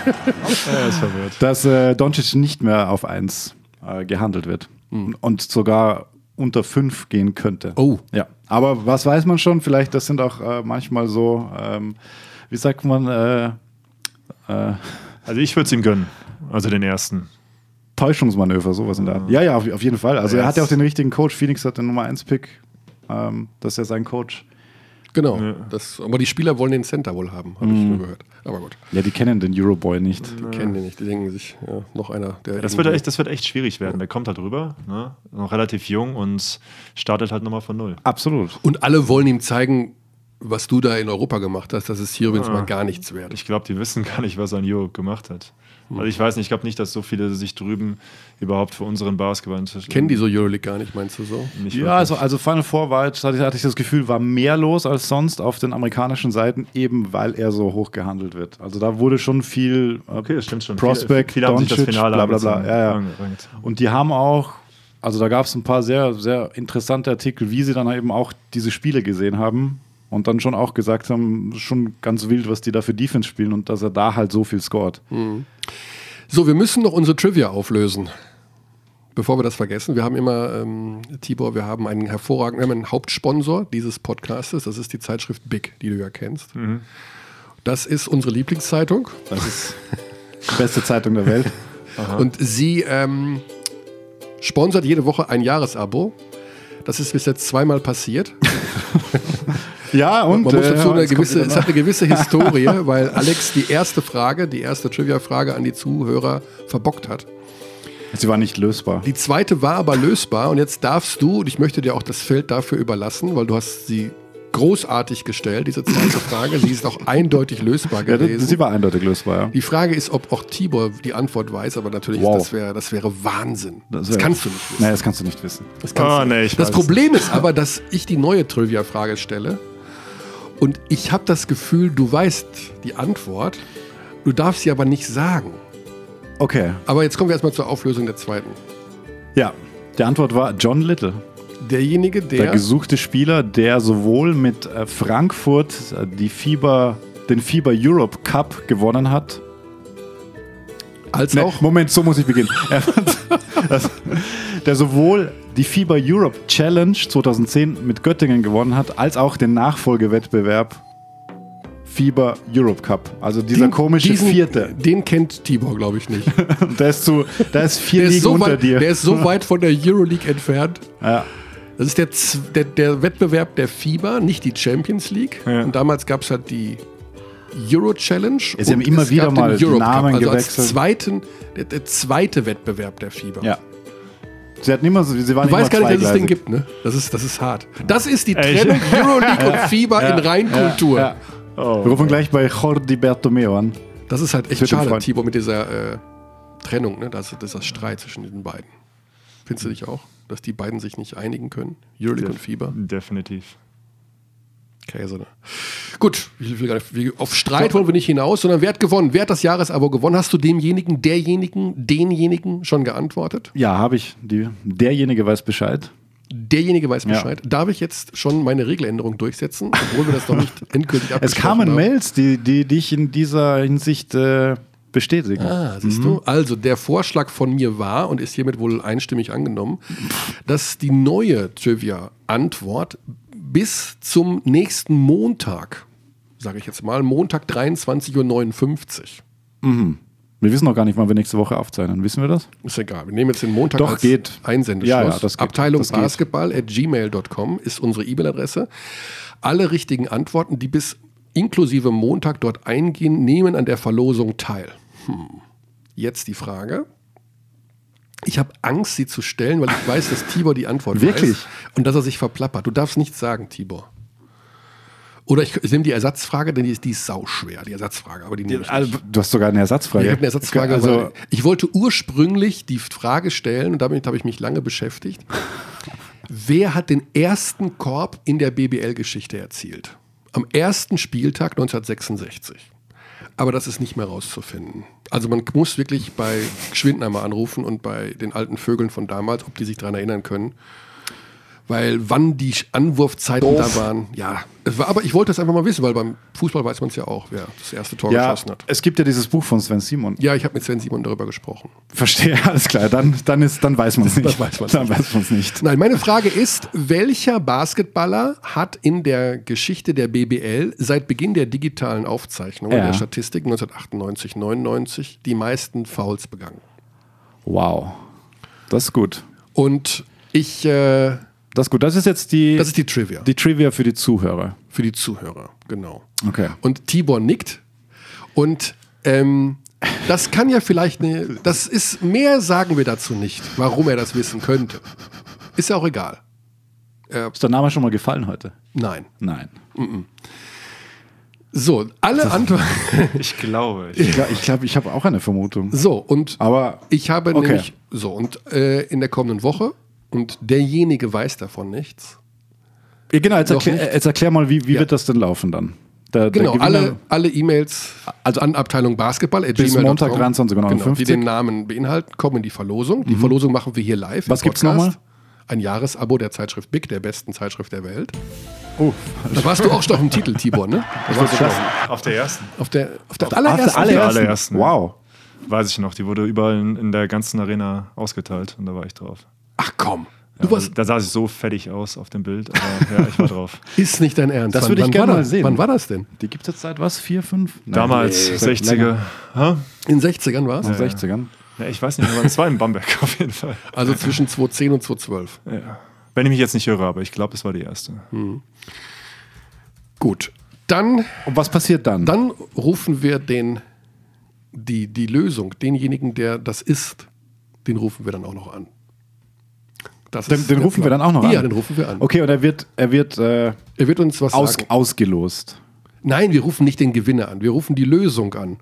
S2: er ist verwirrt.
S4: dass äh, Doncic nicht mehr auf 1 äh, gehandelt wird
S1: Mhm.
S4: und sogar unter 5 gehen könnte.
S1: Oh.
S4: Ja, aber was weiß man schon? Vielleicht, das sind auch äh, manchmal so, ähm, wie sagt man, äh,
S2: Also ich würde es ihm gönnen. Also den ersten.
S4: Täuschungsmanöver, sowas in der Art. Ja, ja, auf, auf jeden Fall. Also er
S2: Ja,
S4: hat Mhm. ja auch
S2: jetzt-
S4: den richtigen Coach. Phoenix hat den Nummer 1-Pick. Ähm, das ist ja sein Coach.
S1: Genau. Das, aber die Spieler wollen den Center wohl haben, habe ich nur gehört. Aber gut,
S4: Ja, die kennen den Euroboy nicht.
S1: die kennen den nicht. Die denken sich, ja, noch einer, der.
S2: Das wird, echt, das wird echt schwierig werden. Der kommt da drüber, ne? noch relativ jung und startet halt nochmal von null.
S4: Absolut.
S1: Und alle wollen ihm zeigen, was du da in Europa gemacht hast. Das ist hier übrigens mal gar nichts wert.
S2: Ich glaube, die wissen gar nicht, was er in Europe gemacht hat.
S1: Mhm.
S2: Also ich weiß nicht, ich glaube nicht, dass so viele sich drüben überhaupt für unseren Basketball interessieren.
S1: Kennen die so Euroleague gar nicht, meinst du so?
S2: Ich
S4: ja, also, also Final Four war, jetzt- hatte, ich- hatte ich das Gefühl, war mehr los als sonst auf den amerikanischen Seiten, eben weil er so hoch gehandelt wird. Also da wurde schon viel äh,
S2: Okay, das stimmt schon.
S4: Prospect,
S2: viele, viele haben sich das
S4: Doncic,
S2: Finale
S4: bla bla bla.
S2: angezogen.
S4: Ja, ja.
S2: angezogen.
S4: Und die haben auch, also da gab es ein paar sehr, sehr interessante Artikel, wie sie dann eben auch diese Spiele gesehen haben und dann schon auch gesagt haben, schon ganz wild, was die da für Defense spielen und dass er da halt so viel scored.
S1: So, wir müssen noch unsere Trivia auflösen. Bevor wir das vergessen, wir haben immer, ähm, Tibor, wir haben einen hervorragenden, wir haben einen Hauptsponsor dieses Podcastes, das ist die Zeitschrift Big, die du ja kennst.
S4: Mhm.
S1: Das ist unsere Lieblingszeitung
S4: Das ist die beste Zeitung der Welt.
S1: und sie ähm, sponsert jede Woche ein Jahresabo. Das ist bis jetzt zweimal passiert.
S4: Ja, und
S1: Man muss
S2: äh,
S1: dazu
S4: ja,
S1: eine
S4: jetzt kommt
S1: gewisse,
S4: wieder ne?
S1: es hat eine gewisse Historie, weil Alex die erste Frage, die erste Trivia-Frage an die Zuhörer verbockt hat.
S4: noch- Sie war nicht lösbar.
S1: Die zweite war aber lösbar und jetzt darfst du, und ich möchte dir auch das Feld dafür überlassen, weil du hast sie großartig gestellt, diese zweite Frage. Sie ist auch eindeutig lösbar
S4: Ja, das-
S1: gewesen.
S4: sie war eindeutig lösbar, ja.
S1: Die Frage ist, ob auch Tibor die Antwort weiß, aber natürlich,
S4: Wow.
S1: das, wäre, das wäre Wahnsinn. Das,
S4: wär-
S1: kannst du nicht wissen.
S4: Nee, das kannst du nicht wissen.
S1: Das, kannst
S2: Ah,
S1: du nicht.
S2: nee, ich
S1: das
S2: weiß.
S1: Problem ist aber, dass ich die neue Trivia-Frage stelle und ich habe das Gefühl, du weißt die Antwort, du darfst sie aber nicht sagen.
S4: Okay.
S1: Aber jetzt kommen wir erstmal zur Auflösung der zweiten.
S4: Ja, die Antwort war John Little.
S1: Derjenige,
S4: Der
S1: der...
S4: gesuchte Spieler, der sowohl mit äh, Frankfurt äh, die FIBA, den FIBA Europe Cup gewonnen hat.
S1: als
S4: Nee,
S1: auch
S4: Moment, so muss ich beginnen. Er hat- das- der sowohl die FIBA Europe Challenge 2010 mit Göttingen gewonnen hat, als auch den Nachfolgewettbewerb FIBA Europe Cup. Also dieser komische
S1: diesen-
S4: Vierte.
S1: Den kennt Tibor, glaube ich, nicht.
S4: Der ist, zu, der ist vier
S1: Der ist,
S4: Ligen
S1: so
S4: unter
S1: weit,
S4: dir.
S1: der ist so weit von der Euroleague entfernt.
S4: Ja.
S1: Das ist der, Z- der, der Wettbewerb der FIBA, nicht die Champions League.
S2: Ja.
S1: Und damals gab es halt die Euro Challenge.
S4: Ja, sie haben
S1: und
S4: immer wieder
S1: den
S4: mal die
S1: Europe Cup,
S4: Namen
S1: also
S4: gewechselt.
S1: Als zweiten, der, der zweite Wettbewerb der FIBA.
S4: ja. Sie hatten immer, so- sie waren
S1: Du weißt
S4: immer
S1: gar nicht, dass es den
S4: zweigleisig.
S1: gibt, ne? Das ist, das ist hart. Das ist die
S2: Ey, ich-
S1: Trennung Euroleague und FIBA in Reinkultur.
S4: Ja.
S2: Oh.
S4: Wir rufen gleich bei Jordi Bertomeo an.
S1: Das ist halt echt
S4: wird
S1: schade,
S4: gefreut.
S1: Tibor, mit dieser äh, Trennung, ne? Das, das ist das Streit zwischen den beiden. Findest du nicht auch? Dass die beiden sich nicht einigen können? Euroleague und FIBA?
S2: Definitiv.
S1: Käse, ne? Gut, ich will gar nicht, wie- auf Streit wollen wir nicht hinaus, sondern wer hat gewonnen? Wer hat das Jahresabo gewonnen? Hast du demjenigen, derjenigen, denjenigen schon geantwortet?
S4: Ja, habe ich. Die, derjenige weiß Bescheid.
S1: Derjenige weiß
S4: Ja.
S1: Bescheid. Darf ich jetzt schon meine Regeländerung durchsetzen, obwohl wir das noch nicht endgültig
S4: Es
S1: abgesprochen
S4: kamen
S1: haben?
S4: Mails, die, die dich in dieser Hinsicht äh, bestätigen.
S1: Ah, siehst du? Also, der Vorschlag von mir war und ist hiermit wohl einstimmig angenommen, dass die neue Trivia-Antwort bis zum nächsten Montag, sage ich jetzt mal, Montag 23.59 Uhr.
S4: Wir wissen noch gar nicht, wann wir nächste Woche aufzeichnen. Wissen wir das?
S1: Ist egal. Wir nehmen jetzt den Montag
S4: Doch,
S1: als
S4: geht.
S1: Einsendeschluss.
S4: Ja, ja, das geht.
S1: Abteilung
S4: Das geht.
S1: Basketball at gmail.com ist unsere E-Mail-Adresse. Alle richtigen Antworten, die bis inklusive Montag dort eingehen, nehmen an der Verlosung teil. Hm. Jetzt die Frage. Ich habe Angst, sie zu stellen, weil ich weiß, dass Tibor die Antwort
S4: Wirklich?
S1: weiß. Und dass er sich verplappert. Du darfst nichts sagen, Tibor. Oder ich, ich nehme die Ersatzfrage, denn die ist, die ist sauschwer, die Ersatzfrage. Aber die nehme ich nicht.
S4: Also, du hast sogar eine Ersatzfrage.
S1: Ich habe eine Ersatzfrage.
S4: Also,
S1: weil ich wollte ursprünglich die Frage stellen, und damit habe ich mich lange beschäftigt. Wer hat den ersten Korb in der BBL-Geschichte erzielt? Am ersten Spieltag 1966. Aber das ist nicht mehr rauszufinden. Also man muss wirklich bei Schwindner mal anrufen und bei den alten Vögeln von damals, ob die sich daran erinnern können. Weil wann die Anwurfzeiten da waren, ja. Es war, aber ich wollte das einfach mal wissen, weil beim Fußball weiß man es ja auch, wer das erste Tor
S4: ja,
S1: geschossen hat.
S4: es gibt ja dieses Buch von Sven Simon.
S1: Ja, ich habe mit Sven Simon darüber gesprochen.
S4: Verstehe, alles klar. Dann, dann, ist, dann weiß man es nicht.
S1: weiß man's
S4: dann
S1: nicht.
S4: weiß man es nicht.
S1: Nein, meine Frage ist, welcher Basketballer hat in der Geschichte der BBL seit Beginn der digitalen Aufzeichnung
S4: Ja.
S1: der Statistik 1998, 99 die meisten Fouls begangen?
S4: Wow. Das ist gut.
S1: Und ich, äh,
S4: Das ist gut. Das ist jetzt die,
S1: das ist die Trivia
S4: die Trivia für die Zuhörer.
S1: für die Zuhörer, genau.
S4: Okay.
S1: Und Tibor nickt und ähm, das kann ja vielleicht eine, das ist, mehr sagen wir dazu nicht, warum er das wissen könnte. Ist ja auch egal.
S4: Ist der Name schon mal gefallen heute?
S1: Nein.
S4: Nein.
S1: So, alle Antworten.
S2: Ich glaube. Ich
S4: Ich glaube, ich, glaub, ich habe auch eine Vermutung.
S1: So, und
S4: Aber
S1: ich habe
S4: Ah. Okay.
S1: nämlich so, und äh, in der kommenden Woche, und derjenige weiß davon nichts.
S4: Ja, genau, jetzt
S1: Noch
S4: erklär,
S1: nicht?
S4: jetzt erklär mal, wie, wie
S1: Ja.
S4: wird das denn laufen dann? Der,
S1: Genau,
S4: der Gewinner
S1: alle, alle E-Mails
S4: Also
S1: an Abteilung Basketball at
S4: bis
S1: gmail.com,
S4: Montag um 23.59.
S1: Genau, die den Namen beinhalten, kommen in die Verlosung. Die Verlosung machen wir hier live. im
S4: Mhm. Was gibt's
S1: Podcast.
S4: nochmal?
S1: Ein Jahresabo der Zeitschrift Big, der besten Zeitschrift der Welt. Da warst du auch schon auf dem Titel, Tibor, ne? Da warst du schon auf-
S2: auf der ersten.
S1: auf der, auf der allerersten.
S2: alle- allerersten. allerersten.
S4: Wow.
S2: Weiß ich noch. Die wurde überall in, in der ganzen Arena ausgeteilt und da war ich drauf.
S1: Ach komm, du
S2: Also,
S1: warst,
S2: da sah ich so fettig aus auf dem Bild, aber ja, ich war drauf.
S1: ist nicht dein Ernst.
S4: Das
S1: Wann-
S4: würde ich
S1: wann
S4: gerne
S1: war
S4: mal
S1: das-
S4: sehen.
S1: Wann war das denn?
S4: Die gibt es jetzt seit was? Vier, fünf? Nein,
S2: Damals,
S4: nee, seit
S2: 60er.
S4: länger.
S2: Hä?
S1: In den 60ern war es?
S4: In den 60ern.
S2: Ja, ich weiß nicht, aber es war in Bamberg auf jeden Fall.
S1: Also zwischen 2010 und 2012.
S4: Hm.
S2: Wenn ich mich jetzt nicht irre, aber ich glaube, es war die erste.
S1: Gut. Dann,
S4: Und was passiert dann?
S1: dann rufen wir den, die, die Lösung, denjenigen, der das ist, den rufen wir dann auch noch an. Das
S4: den
S1: ist
S4: den
S1: der
S4: rufen wir
S1: Plan.
S4: dann auch noch an.
S1: Ja, den rufen wir an.
S4: Okay, und er wird, er wird äh,
S1: Er wird uns was
S4: aus,
S1: sagen.
S4: ausgelost.
S1: Nein, wir rufen nicht den Gewinner an, wir rufen die Lösung an.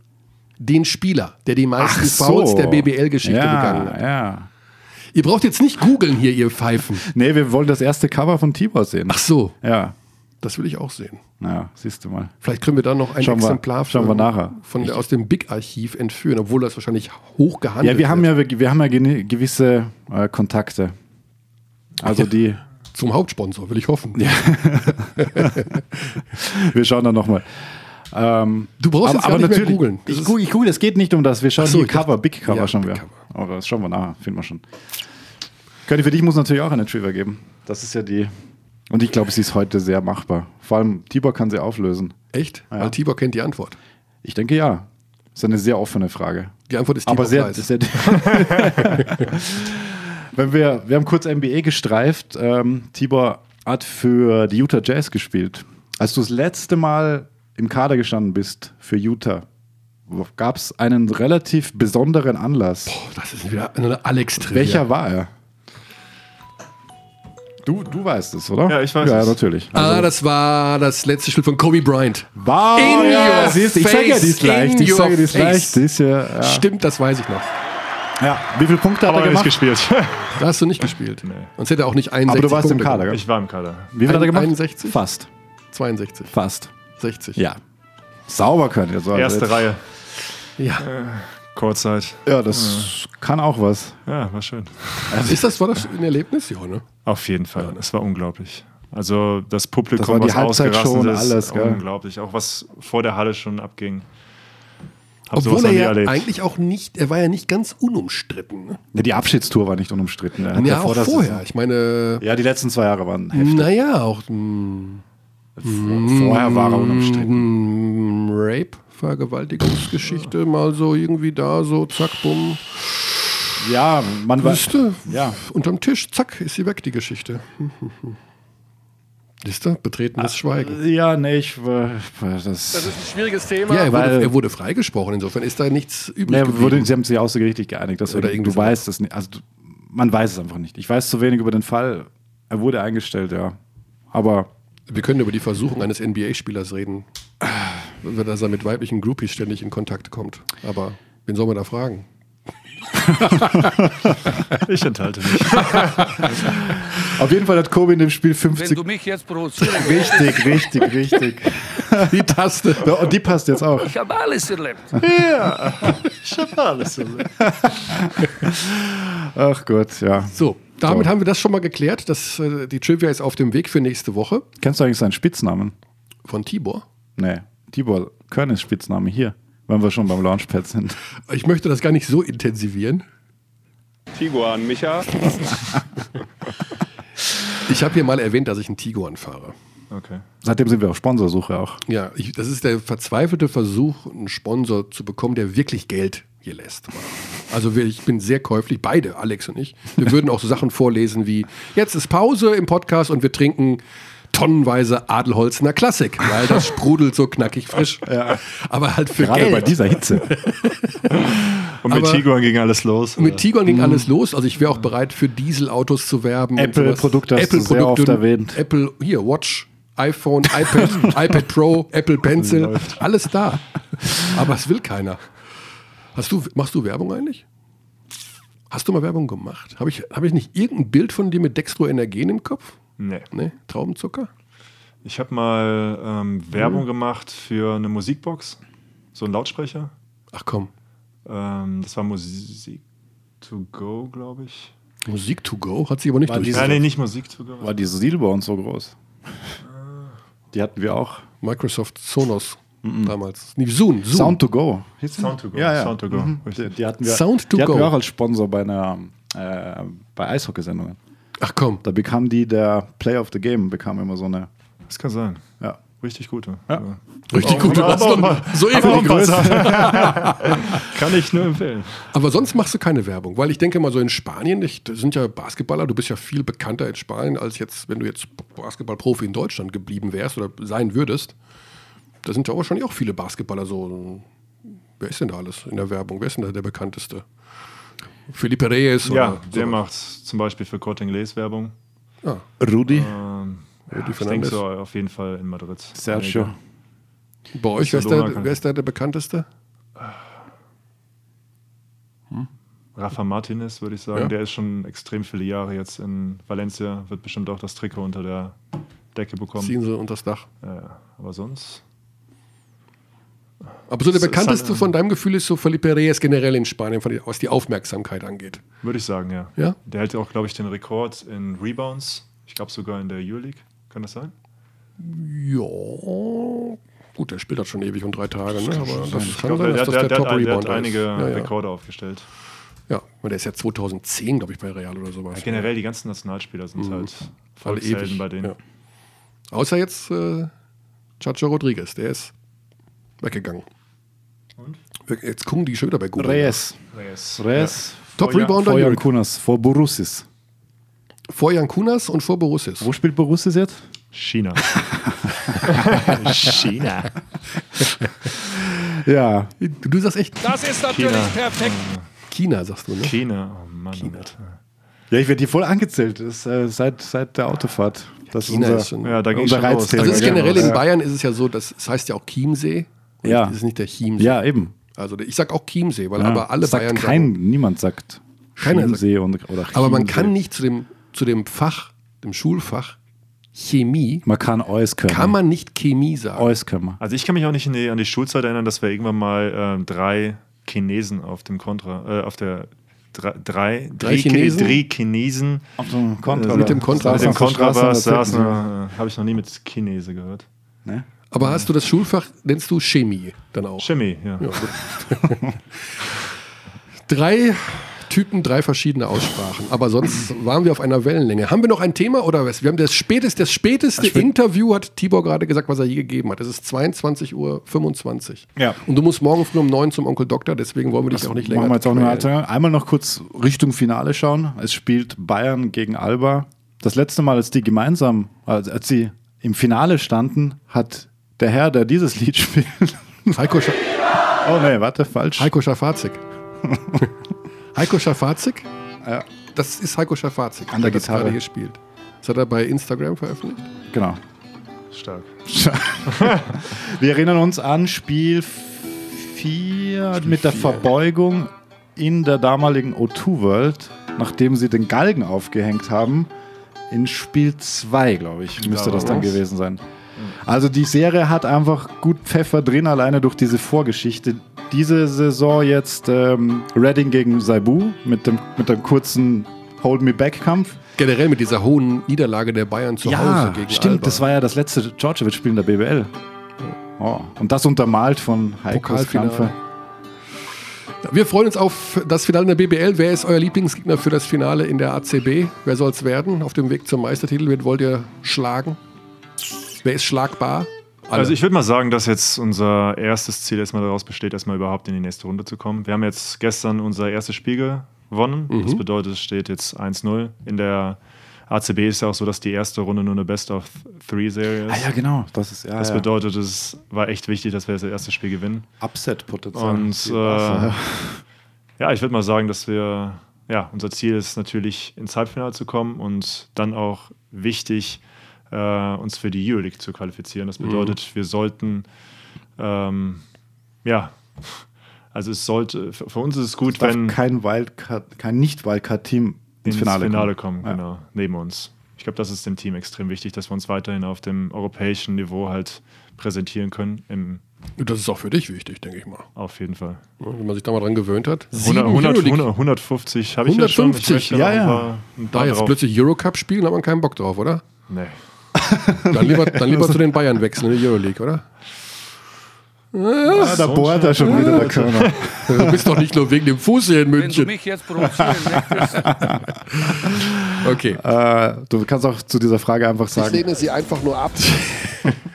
S1: Den Spieler, der die meisten
S4: so.
S1: Fouls der BBL-Geschichte begangen hat.
S4: Ja.
S1: Ihr braucht jetzt nicht googeln hier, ihr Pfeifen.
S4: Nee, wir wollen das erste Cover von Tibor sehen.
S1: Ach so,
S4: Ja,
S1: das will ich auch sehen.
S4: naja, siehst du mal.
S1: Vielleicht können wir da noch ein
S4: Schauen wir-
S1: Exemplar
S4: schauen wir nachher.
S1: Von, der- aus dem Big-Archiv entführen, obwohl das wahrscheinlich hoch gehandelt
S4: Ja, wir haben
S1: wird.
S4: ja, wir haben ja gene- gewisse äh, Kontakte. Also die,
S1: Zum Hauptsponsor, will ich hoffen.
S4: wir schauen dann nochmal. Ähm,
S1: Du brauchst jetzt gar nicht mehr googeln. Das
S4: Ich
S1: ist-
S4: google, ich google, es geht nicht um das. Wir schauen
S1: Ach so,
S4: hier
S1: ich dachte-
S4: Cover, Big Cover
S1: Ja,
S4: schauen
S1: Big
S4: wir. Aber das schauen wir nachher, finden wir schon. Könnte für dich muss natürlich auch eine Trivia geben. Das ist ja die. Und ich glaube, sie ist heute sehr machbar. Vor allem Tibor kann sie auflösen.
S1: Echt? Weil Tibor kennt die Antwort.
S4: Ich denke ja. Ist eine sehr offene Frage.
S1: Die Antwort ist
S4: Aber
S1: Tibor
S4: sehr,
S1: Kreis.
S4: sehr Wenn wir, wir haben kurz NBA gestreift. Ähm, Tibor hat für die Utah Jazz gespielt. Als du das letzte Mal im Kader gestanden bist für Utah, gab es einen relativ besonderen Anlass.
S1: Oh, das ist wieder eine alex
S4: Welcher war er? Du, du weißt es, oder?
S2: Ja, ich weiß
S4: Ja,
S2: es.
S4: natürlich.
S1: Ah, das war das letzte Spiel von Kobe Bryant.
S4: wow,
S1: in
S4: ja,
S1: your
S4: siehst, du, ich sage ja, die ist
S1: face,
S4: leicht.
S1: in
S4: Ich sage, die ist
S1: your face.
S4: leicht. Die ist ja, ja.
S1: Stimmt, das weiß ich noch.
S4: ja. Wie viele Punkte hat
S2: Aber
S4: er
S2: nicht
S4: gemacht?
S2: gespielt.
S1: Da hast du nicht gespielt. Sonst hätte er auch nicht 61
S4: Aber du warst im
S1: Punkte
S4: Kader,
S1: gemacht.
S4: gell?
S2: Ich war im Kader.
S4: Wie viel hat er gemacht?
S1: 61?
S4: Fast.
S1: 62,
S4: Fast.
S1: 60.
S4: Ja. Sauber können. Also
S2: Erste
S4: jetzt-
S2: Reihe.
S1: Ja.
S2: Kurzzeit.
S4: Ja,
S2: Mhm.
S4: das kann auch was.
S2: Ja, war schön.
S4: Also
S1: Ist das, war das ein Erlebnis? Ja, ne?
S2: Auf jeden Fall. Es war unglaublich. Also das Publikum,
S4: Das war die
S2: was
S4: Halbzeit
S2: ausgerastet
S4: schon,
S2: ist,
S4: alles, gell?
S2: unglaublich. Auch was vor der Halle schon abging. Hab sowas
S1: Obwohl
S2: noch
S1: er
S2: nie
S1: ja
S2: erlebt.
S1: eigentlich auch nicht, er war ja nicht ganz unumstritten. Ne?
S4: Ja, die Abschiedstour war nicht unumstritten. Er hat
S1: Ja,
S4: vor
S1: auch
S4: der
S1: vorher.
S4: Saison-
S1: Ich meine,
S4: Ja, die letzten zwei Jahre waren heftig.
S1: naja, auch hm. mh,
S4: Vorher war er unumstritten.
S1: Rape, Vergewaltigungsgeschichte, Hm, mal so irgendwie da, so zack, bumm, Mhm.
S4: Ja, man war.
S1: Siehst du?
S4: Ja.
S1: unterm Tisch, zack, ist sie weg, die Geschichte. Hm, hm, hm. Siehst du,
S4: Ah,
S1: betretenes Schweigen.
S4: Ja, nee, ich. äh, Das,
S6: Das ist ein schwieriges Thema.
S1: Ja, er
S4: weil-
S1: wurde, er wurde freigesprochen, insofern ist da nichts übrig
S4: nee,
S1: geblieben.
S4: wurde, sie haben sich außergerichtlich geeinigt. Deswegen,
S1: Oder irgendwie
S4: du
S1: so.
S4: weißt es nicht. Also, du, man weiß es einfach nicht. Ich weiß zu wenig über den Fall. Er wurde eingestellt, ja. Aber
S1: Wir können über die Versuchung eines NBA-Spielers reden, dass er mit weiblichen Groupies ständig in Kontakt kommt. Aber wen soll man da fragen?
S2: ich enthalte mich.
S4: auf jeden Fall hat Kobe in dem Spiel
S3: Wenn
S4: 50.
S3: du mich jetzt provozieren willst,
S4: Richtig, richtig, richtig.
S1: Die Taste.
S4: Ja, und die passt jetzt auch.
S3: ich habe alles erlebt.
S4: Ach Gott, ja.
S1: So, damit haben wir das schon mal geklärt. Das, äh, die Trivia ist auf dem Weg für nächste Woche
S4: Kennst du eigentlich seinen Spitznamen?
S1: von Tibor.
S4: Nee, Tibor Körn ist Spitzname hier, wenn wir schon beim Launchpad sind.
S1: Ich möchte das gar nicht so intensivieren.
S7: Tiguan, Micha.
S1: Ich habe hier mal erwähnt, dass ich einen Tiguan fahre.
S2: Okay.
S4: Seitdem sind wir auf Sponsorsuche auch.
S1: Ja, ich, das ist der verzweifelte Versuch, einen Sponsor zu bekommen, der wirklich Geld hier lässt. Also wir, ich bin sehr käuflich, beide, Alex und ich. Wir würden auch so Sachen vorlesen wie, jetzt ist Pause im Podcast und wir trinken tonnenweise Adelholzner Klassik, weil das sprudelt so knackig frisch. Aber halt für
S4: Gerade
S1: Geld.
S4: bei dieser Hitze.
S2: Und mit
S1: Aber-
S2: Tiguan ging alles los.
S1: Mit Tiguan
S4: Hm.
S1: ging alles los. Also ich wäre auch bereit, für Dieselautos zu werben. und sowas.
S4: Apple-Produkte hast du sehr
S1: Apple-Produkte,
S4: oft erwähnt.
S1: Apple, hier, Watch, iPhone, iPad, iPad Pro, Apple Pencil, alles da. Aber es will keiner. Hast du, machst du Werbung eigentlich? Hast du mal Werbung gemacht? Habe ich, hab ich nicht irgendein Bild von dir mit Dextroenergen im Kopf?
S2: Nee.
S1: Nee, Traubenzucker?
S2: Ich habe mal ähm, Werbung gemacht für eine Musikbox, so ein Lautsprecher.
S1: Ach komm,
S2: Ähm, das war Musik to go, glaube ich.
S1: Musik to go hat sich aber nicht
S4: War diese-
S1: durchgesetzt.
S2: Nein, nee, nicht Musik to go.
S4: War diese Silber und so groß. Die hatten wir auch.
S1: Microsoft Sonos damals. Nee, Zoom, Zoom.
S4: Sound to go. Hieß die?
S2: Sound to go.
S4: Ja, Mhm. ja.
S2: Sound to go.
S4: Die,
S2: Richtig.
S4: die hatten wir,
S1: Sound to
S4: die hatten
S1: go.
S4: wir auch als Sponsor bei einer äh, bei Eishockeysendungen.
S1: Ach komm,
S4: Da bekam die der Play of the Game bekam immer so eine.
S2: Das kann sein.
S4: Ja.
S2: richtig gute.
S4: Ja.
S1: Richtig
S4: Oh,
S1: gut. Du
S2: Aber-
S1: warst noch
S2: aber-
S1: so
S2: aber
S1: ewig.
S2: auch größer. Kann ich nur empfehlen.
S1: Aber sonst machst du keine Werbung, weil ich denke mal so in Spanien, ich, das sind ja Basketballer, du bist ja viel bekannter in Spanien, als jetzt, wenn du jetzt Basketballprofi in Deutschland geblieben wärst oder sein würdest. Da sind ja auch wahrscheinlich auch viele Basketballer so. Wer ist denn da alles in der Werbung? Wer ist denn da der bekannteste? Felipe Reyes
S2: Ja,
S1: oder
S2: der
S1: sowas.
S2: macht zum Beispiel für Corting Les Werbung.
S4: Rudi,
S1: Rudi
S2: Ähm, Ich denke
S1: Fernandes.
S2: so auf jeden Fall in Madrid.
S4: Sergio.
S1: Bei euch, wer ist,
S2: Barcelona
S1: der,
S2: kann-
S1: wer ist da der bekannteste?
S2: Rafa Martinez, würde ich sagen,
S1: Ja.
S2: der ist schon extrem viele Jahre jetzt in Valencia, wird bestimmt auch das Trikot unter der Decke bekommen.
S1: Ziehen sie unters Dach.
S2: Äh, aber sonst?
S1: Aber so der
S2: Sa-
S1: bekannteste
S2: Sa-
S1: von deinem Gefühl ist so Felipe Reyes generell in Spanien, von- was die Aufmerksamkeit angeht.
S2: Würde ich sagen, ja.
S1: Ja?
S2: Der hält auch, glaube ich, den Rekord in Rebounds. Ich glaube sogar in der Euroleague. Kann das sein?
S1: Ja. Gut, der spielt das schon ewig und drei Tage, ne? Aber das
S2: Ich
S1: kann
S2: glaube,
S1: sein,
S2: der,
S1: dass
S2: der,
S1: das der
S2: der, der, hat- der
S1: Top-Rebound
S2: hat
S1: ist.
S2: einige
S1: ja, ja.
S2: Rekorde aufgestellt.
S1: ja, und der ist ja 2010, glaube ich, bei Real oder sowas. ne?
S2: Ja, generell, die ganzen Nationalspieler sind halt
S1: Mhm. Alle
S2: Volkshelden
S1: ewig.
S2: bei denen.
S1: Ja. Außer jetzt äh, Chacho Rodriguez, der ist weggegangen. Und? Jetzt gucken die schon wieder bei Google.
S4: Reyes.
S2: Reyes.
S4: Reyes.
S1: Top-Rebounder
S4: Vor Jan
S1: Jürgen.
S4: Kunas, vor Borussis.
S1: Vor Jan Kunas und vor Borussis.
S4: Wo spielt Borussis jetzt?
S2: China.
S4: China. ja,
S1: Du, du sagst echt
S6: Das ist natürlich
S2: China.
S6: perfekt.
S1: China, sagst du, ne?
S2: China, oh Mann.
S4: Ja, ich werde hier voll angezählt. Das ist, äh, seit, seit der Autofahrt. Das
S1: China
S4: ist unser,
S1: ist schon-
S2: Ja, da geht's
S4: unser
S2: schon los.
S4: Reizthema. genau.
S1: Also ist generell
S4: Ja.
S1: in Bayern ist es ja so, dass, es heißt ja auch Chiemsee. Und
S4: Ja.
S1: Es ist nicht der Chiemsee.
S4: Ja, eben.
S1: Also ich sag auch Chiemsee, weil
S4: Ja.
S1: aber alle
S4: sagt
S1: Bayern
S4: kein,
S1: sagen.
S4: Niemand sagt
S1: Keiner sagt-
S4: Chiemsee und, oder
S1: Aber man
S4: Chiemsee.
S1: kann nicht zu dem, zu dem Fach, dem Schulfach Chemie,
S4: Man kann Euskirchen.
S1: kann man nicht Chemie sagen.
S4: Euskirchen.
S2: Also ich kann mich auch nicht in die, an die Schulzeit erinnern, dass wir irgendwann mal ähm, drei Chinesen auf dem Kontra, äh, auf der drei, drei,
S1: Drei
S2: Chi-
S1: Chinesen?
S2: drei Chinesen
S4: Auf dem Kontra.
S2: Äh, mit
S1: dem Kontra.
S2: mit
S1: Saßen
S2: dem
S1: auf
S2: Kontra saß, saßen,
S4: Ne?
S2: äh, habe ich noch nie mit Chinese gehört.
S1: Aber hast du das Schulfach, nennst du Chemie dann auch?
S2: Chemie, ja.
S1: drei Typen, drei verschiedene Aussprachen. Aber sonst waren wir auf einer Wellenlänge. Haben wir noch ein Thema oder was? Wir haben das späteste, das späteste Interview, hat Tibor gerade gesagt, was er je gegeben hat. Es ist 22.25 Uhr.
S4: Ja.
S1: Und du musst morgen früh um 9 zum Onkel Doktor, deswegen wollen wir dich auch nicht länger.
S4: Machen wir jetzt auch noch
S1: quälen.
S4: eine Einmal noch kurz Richtung Finale schauen. Es spielt Bayern gegen Alba. Das letzte Mal, als die gemeinsam, als, als sie im Finale standen, hat der Herr, der dieses Lied spielt.
S1: Heiko, Scha
S4: oh nee, warte, falsch.
S1: Heiko Schafazik. Heiko Schafazik? Das ist Heiko Schafazik,
S4: An der
S1: das
S4: Gitarre.
S1: gerade hier spielt. Das hat er bei Instagram veröffentlicht.
S4: Genau.
S2: Stark.
S4: Wir erinnern uns an Spiel 4 mit der
S1: vier.
S4: Verbeugung in der damaligen O2 World, nachdem sie den Galgen aufgehängt haben. In Spiel 2, glaube ich, müsste
S2: Ja,
S4: das dann
S2: was?
S4: gewesen sein. Also die Serie hat einfach gut Pfeffer drin, alleine durch diese Vorgeschichte. Diese Saison jetzt ähm, Redding gegen Saibu mit dem, mit dem kurzen Hold Me Back-Kampf.
S1: Generell mit dieser hohen Niederlage der Bayern zu Hause gegen
S4: stimmt,
S1: Alba.
S4: das war ja das letzte Djordjevic-Spiel in der BBL. Oh. Und das untermalt von Heikos
S1: Pokalfinale.
S4: Kampfe.
S1: Wir freuen uns auf das Finale in der BBL. Wer ist euer Lieblingsgegner für das Finale in der ACB? Wer soll es werden? Auf dem Weg zum Meistertitel, wen wollt ihr schlagen? Wer ist schlagbar? Alle.
S2: Also ich würde mal sagen, dass jetzt unser erstes Ziel erstmal daraus besteht, erstmal überhaupt in die nächste Runde zu kommen. Wir haben jetzt gestern unser erstes Spiel gewonnen.
S1: Mhm.
S2: Das bedeutet, es steht jetzt 1-0. In der ACB ist ja auch so, dass die erste Runde nur eine Best-of-Three-Serie ist.
S4: Ah ja, genau. Das ist ja,
S2: Das
S4: ja.
S2: bedeutet, es war echt wichtig, dass wir das erste Spiel gewinnen.
S4: Upset-Potenzial. Also,
S2: Und äh, ja. ich würde mal sagen, dass wir, ja, unser Ziel ist natürlich ins Halbfinale zu kommen und dann auch wichtig, äh, uns für die Euroleague zu qualifizieren.
S4: Mhm.
S2: Das bedeutet, wir sollten, ähm, ja, also es sollte, für, für uns ist es gut,
S4: darf
S2: wenn
S4: kein Wildcard, kein Nicht-Wildcard-Team ins,
S2: ins
S4: Finale,
S2: kommen,
S4: Ja.
S2: genau, neben uns. Ich glaube, das ist dem Team extrem wichtig, dass wir uns weiterhin auf dem europäischen Niveau halt präsentieren können, im,
S1: das ist auch für dich wichtig, denke ich mal. ne?
S2: auf jeden Fall.
S1: Wenn man sich da mal dran gewöhnt hat.
S2: 100, 100,
S1: Euroleague.
S2: 100, 150 habe ich ja schon. Ich
S1: 150,
S2: möchte
S4: ja,
S2: noch
S4: ja. Ah,
S2: Ein paar, ein paar
S1: Da jetzt
S2: drauf.
S1: plötzlich Eurocup spielen, hat man keinen Bock drauf, oder?
S2: Nee.
S1: Dann lieber, dann lieber zu den Bayern wechseln in die Euroleague, oder?
S4: Ah, da bohrt er schon wieder, der Körner.
S1: Du bist doch nicht nur wegen dem Fuß hier in
S3: Wenn du
S1: München.
S3: mich jetzt provozieren möchtest,
S1: Okay.
S4: Äh, du kannst auch zu dieser Frage einfach
S6: Ich
S4: sagen,
S6: lehne sie einfach nur ab.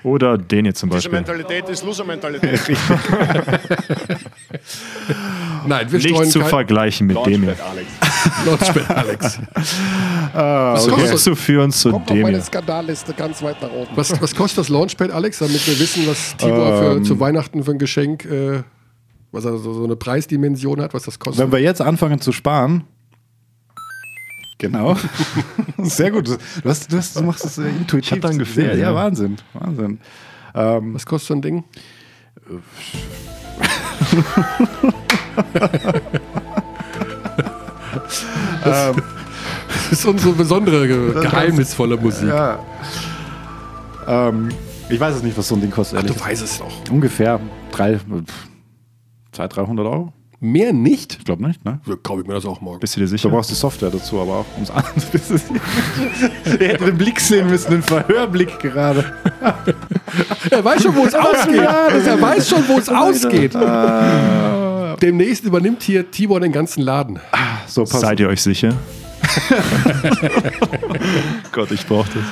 S2: Oder den hier zum
S8: Diese
S2: Beispiel.
S8: Mentalität ist Loser-Mentalität.
S1: Nein, wir
S2: Nicht
S1: streuen
S2: zu
S1: kein
S2: vergleichen mit dem hier.
S7: Launchpad, Alex.
S1: Launchpad, Alex. Ah,
S6: Was
S2: Nicht
S6: kostet,
S2: zu führen zu
S6: kommt auf
S2: dem
S6: meine
S2: hier.
S6: Skandalliste ganz weit nach oben.
S1: Was, was kostet das Launchpad, Alex, damit wir wissen, was Tibor für,
S6: Ähm.
S1: zu Weihnachten für ein Geschenk, äh, was er so, so eine Preisdimension hat, was das kostet?
S4: wenn wir jetzt anfangen zu sparen. Genau. Sehr gut. Du, hast, du, hast, du machst es äh, intuitiv.
S2: Ich hab da ein Gefühl,
S4: Sehr, ja,
S2: ja.
S4: Wahnsinn. Wahnsinn.
S1: Was kostet so ein Ding? Ähm, Das ist unsere besondere, ge- geheimnisvolle Musik.
S4: Ähm, Ich weiß es nicht, was so ein Ding kostet. ehrlich gesagt.
S1: weißt es doch.
S4: Ungefähr drei, pff, 200, 300 Euro.
S1: Mehr nicht?
S4: Ich glaube nicht, ne?
S1: So kaufe ich mir das auch morgen.
S2: Bist du dir
S4: Da
S2: sicher?
S4: brauchst du Software dazu, aber auch ums andere. Der hätte den Blick sehen müssen, den Verhörblick gerade.
S1: Er weiß schon, wo es ausgeht. Er weiß schon, wo es ausgeht. Demnächst übernimmt hier Tibor den ganzen Laden.
S4: So, pass.
S2: Seid ihr euch sicher? Gott, ich brauch das.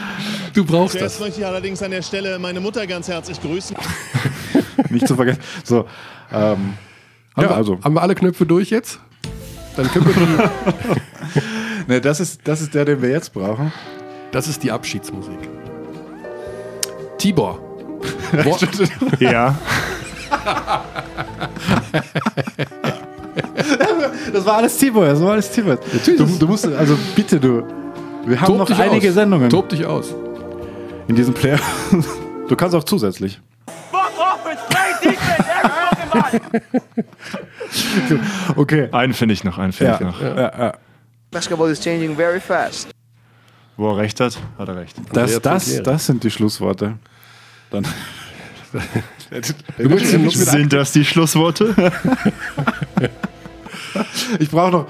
S1: Du brauchst
S8: Zuerst
S1: das.
S8: möchte ich allerdings an der Stelle meine Mutter ganz herzlich grüßen.
S4: Nicht zu vergessen. So, ähm,
S1: Haben,
S4: ja,
S1: wir,
S4: also.
S1: haben wir alle Knöpfe durch jetzt? Dann können wir die,
S4: Ne, das, ist, das ist der, den wir jetzt brauchen.
S1: Das ist die Abschiedsmusik. Tibor. Wo-
S2: Ja,
S4: Das war alles Tibor, das war alles Tibor. Du, du musst, also bitte, du. Wir haben
S1: Tob
S4: noch
S1: dich
S4: einige
S1: aus.
S4: Sendungen
S1: Tob dich aus.
S4: in diesem Player. Du kannst auch zusätzlich.
S5: Fuck offense, play defense every fucking body.
S4: Okay.
S2: einen finde ich noch, einen finde
S4: Ja,
S2: ich noch.
S4: ja, ja.
S9: Basketball is changing very fast.
S2: Wo er recht hat, hat er recht.
S4: Das, das,
S1: Funktioniert.
S4: das sind die Schlussworte. Dann.
S1: Du möchtest ihn nutzen.
S2: Sind das die Schlussworte?
S4: Ich brauche noch.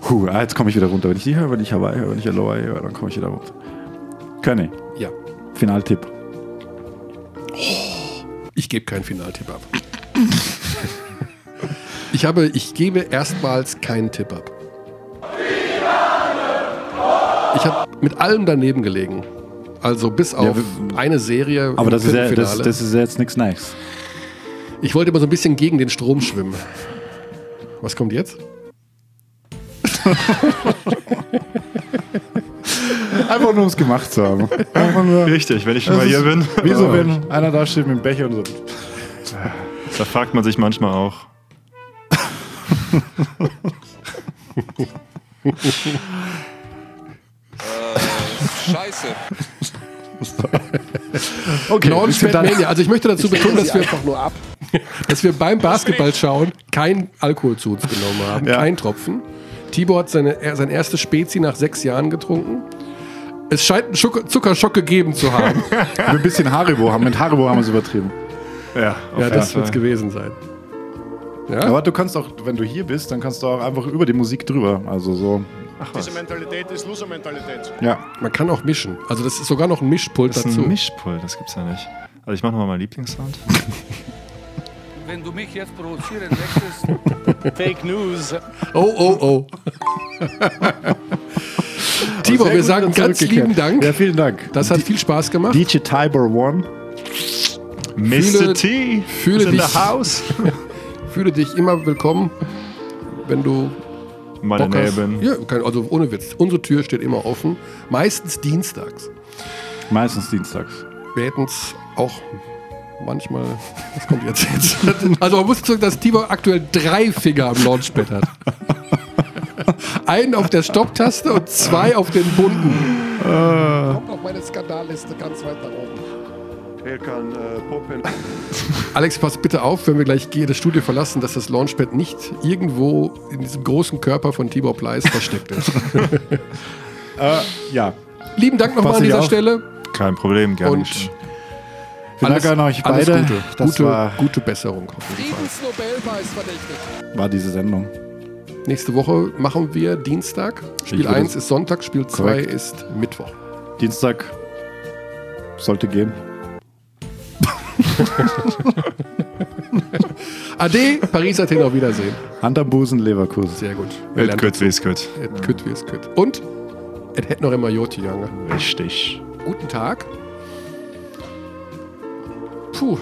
S4: Puh, ah, jetzt komme ich wieder runter. Wenn ich die höre, wenn ich Hawaii höre, wenn ich Aloha höre, dann komme ich wieder runter. Könny,
S1: Ja.
S4: Finaltipp.
S1: Ich gebe keinen Finaltipp ab. Ich, habe, ich gebe erstmals keinen Tipp ab. Ich habe mit allem daneben gelegen. Also bis auf
S4: wir-
S1: eine Serie.
S4: Aber
S1: im
S4: das ist, ja, das,
S1: Viertelfinale.
S4: das ist ja jetzt nichts Neues.
S1: Ich wollte immer so ein bisschen gegen den Strom schwimmen. Was kommt jetzt?
S4: Einfach nur, um es gemacht zu haben. Einfach nur.
S2: Richtig, wenn ich schon mal hier bin.
S4: Wie so, wenn einer da steht mit dem Becher und so.
S2: Da fragt man sich manchmal auch.
S10: Scheiße.
S4: Okay,
S1: Launchpad Mania. Also ich möchte dazu betonen,
S6: Lehne
S1: dass
S6: sie
S1: wir,
S6: einfach nur ab.
S1: dass wir beim Basketball schauen keinen Alkohol zu uns genommen haben.
S4: Ja.
S1: Kein Tropfen. Tibor hat seine, er- sein erstes Spezi nach sechs Jahren getrunken. Es scheint einen Schuck- Zuckerschock gegeben zu haben.
S4: ein bisschen Haribo haben. Mit Haribo haben wir es übertrieben.
S2: Ja, auf
S1: Ja, das
S2: jeden
S1: wird es
S2: Fall.
S1: gewesen sein. Ja?
S4: Aber du kannst auch, wenn du hier bist, dann kannst du auch einfach über die Musik drüber. Also so.
S8: Diese Mentalität ist Loser-Mentalität.
S4: Ja.
S1: Man kann auch mischen. Also das ist sogar noch ein Mischpult
S2: Das ist
S1: dazu.
S2: ein Mischpult, das gibt's ja nicht. Also ich mache nochmal meinen Lieblingssound.
S3: wenn du mich jetzt provozieren möchtest,
S8: Fake News.
S1: oh, oh, oh. Tibor,
S4: Sehr
S1: wir
S4: gut
S1: sagen ganz
S4: zurückgekehrt.
S1: lieben Dank.
S4: Ja, vielen Dank.
S1: Das hat viel Spaß gemacht.
S4: DJ Tiber One.
S2: Mr. T
S1: fühle
S2: is in
S1: dich-
S2: the house.
S1: Fühle dich immer willkommen, wenn du
S2: Meine
S1: Bock hast.
S2: Neben.
S1: Ja, kein, also ohne Witz. Unsere Tür steht immer offen. Meistens dienstags.
S4: Meistens dienstags.
S1: Wir hätten es auch manchmal. Was kommt jetzt? jetzt? Also man muss sagen, dass Tibor aktuell drei Finger am Launchpad hat. Einen auf der Stopptaste und zwei auf den bunten.
S6: Kommt auf meine Skandalliste ganz weit nach oben. äh,
S1: Alex, pass bitte auf, wenn wir gleich ge- das Studio verlassen, dass das Launchpad nicht irgendwo in diesem großen Körper von Tibor Pleiss versteckt ist.
S4: Ja.
S1: Lieben Dank nochmal
S4: Pass
S1: an
S4: ich
S1: dieser
S4: auf.
S1: Stelle.
S2: Kein Problem, gerne.
S1: Und-
S2: geschehen.
S4: Vielen Dank an euch
S1: alles
S4: beide.
S1: Gute.
S4: Das
S1: gute,
S4: war,
S1: gute Besserung. Auf jeden Fall.
S6: Friedensnobelpreis verdächtig.
S4: war diese Sendung.
S1: Nächste Woche machen wir Dienstag. Spiel
S4: würde-
S1: 1 ist Sonntag, Spiel 2
S4: Korrekt.
S1: ist Mittwoch.
S4: Dienstag sollte gehen.
S1: Ade, Paris, Athen, auf Wiedersehen.
S4: Unterm Busen Leverkusen.
S1: Sehr gut. Wir
S2: Et
S1: lernen
S2: gut, wie es gut.
S1: Et kütt, wie es kütt. Und et hätt noch immer Joti gegangen.
S2: Richtig.
S1: Guten Tag. Puh.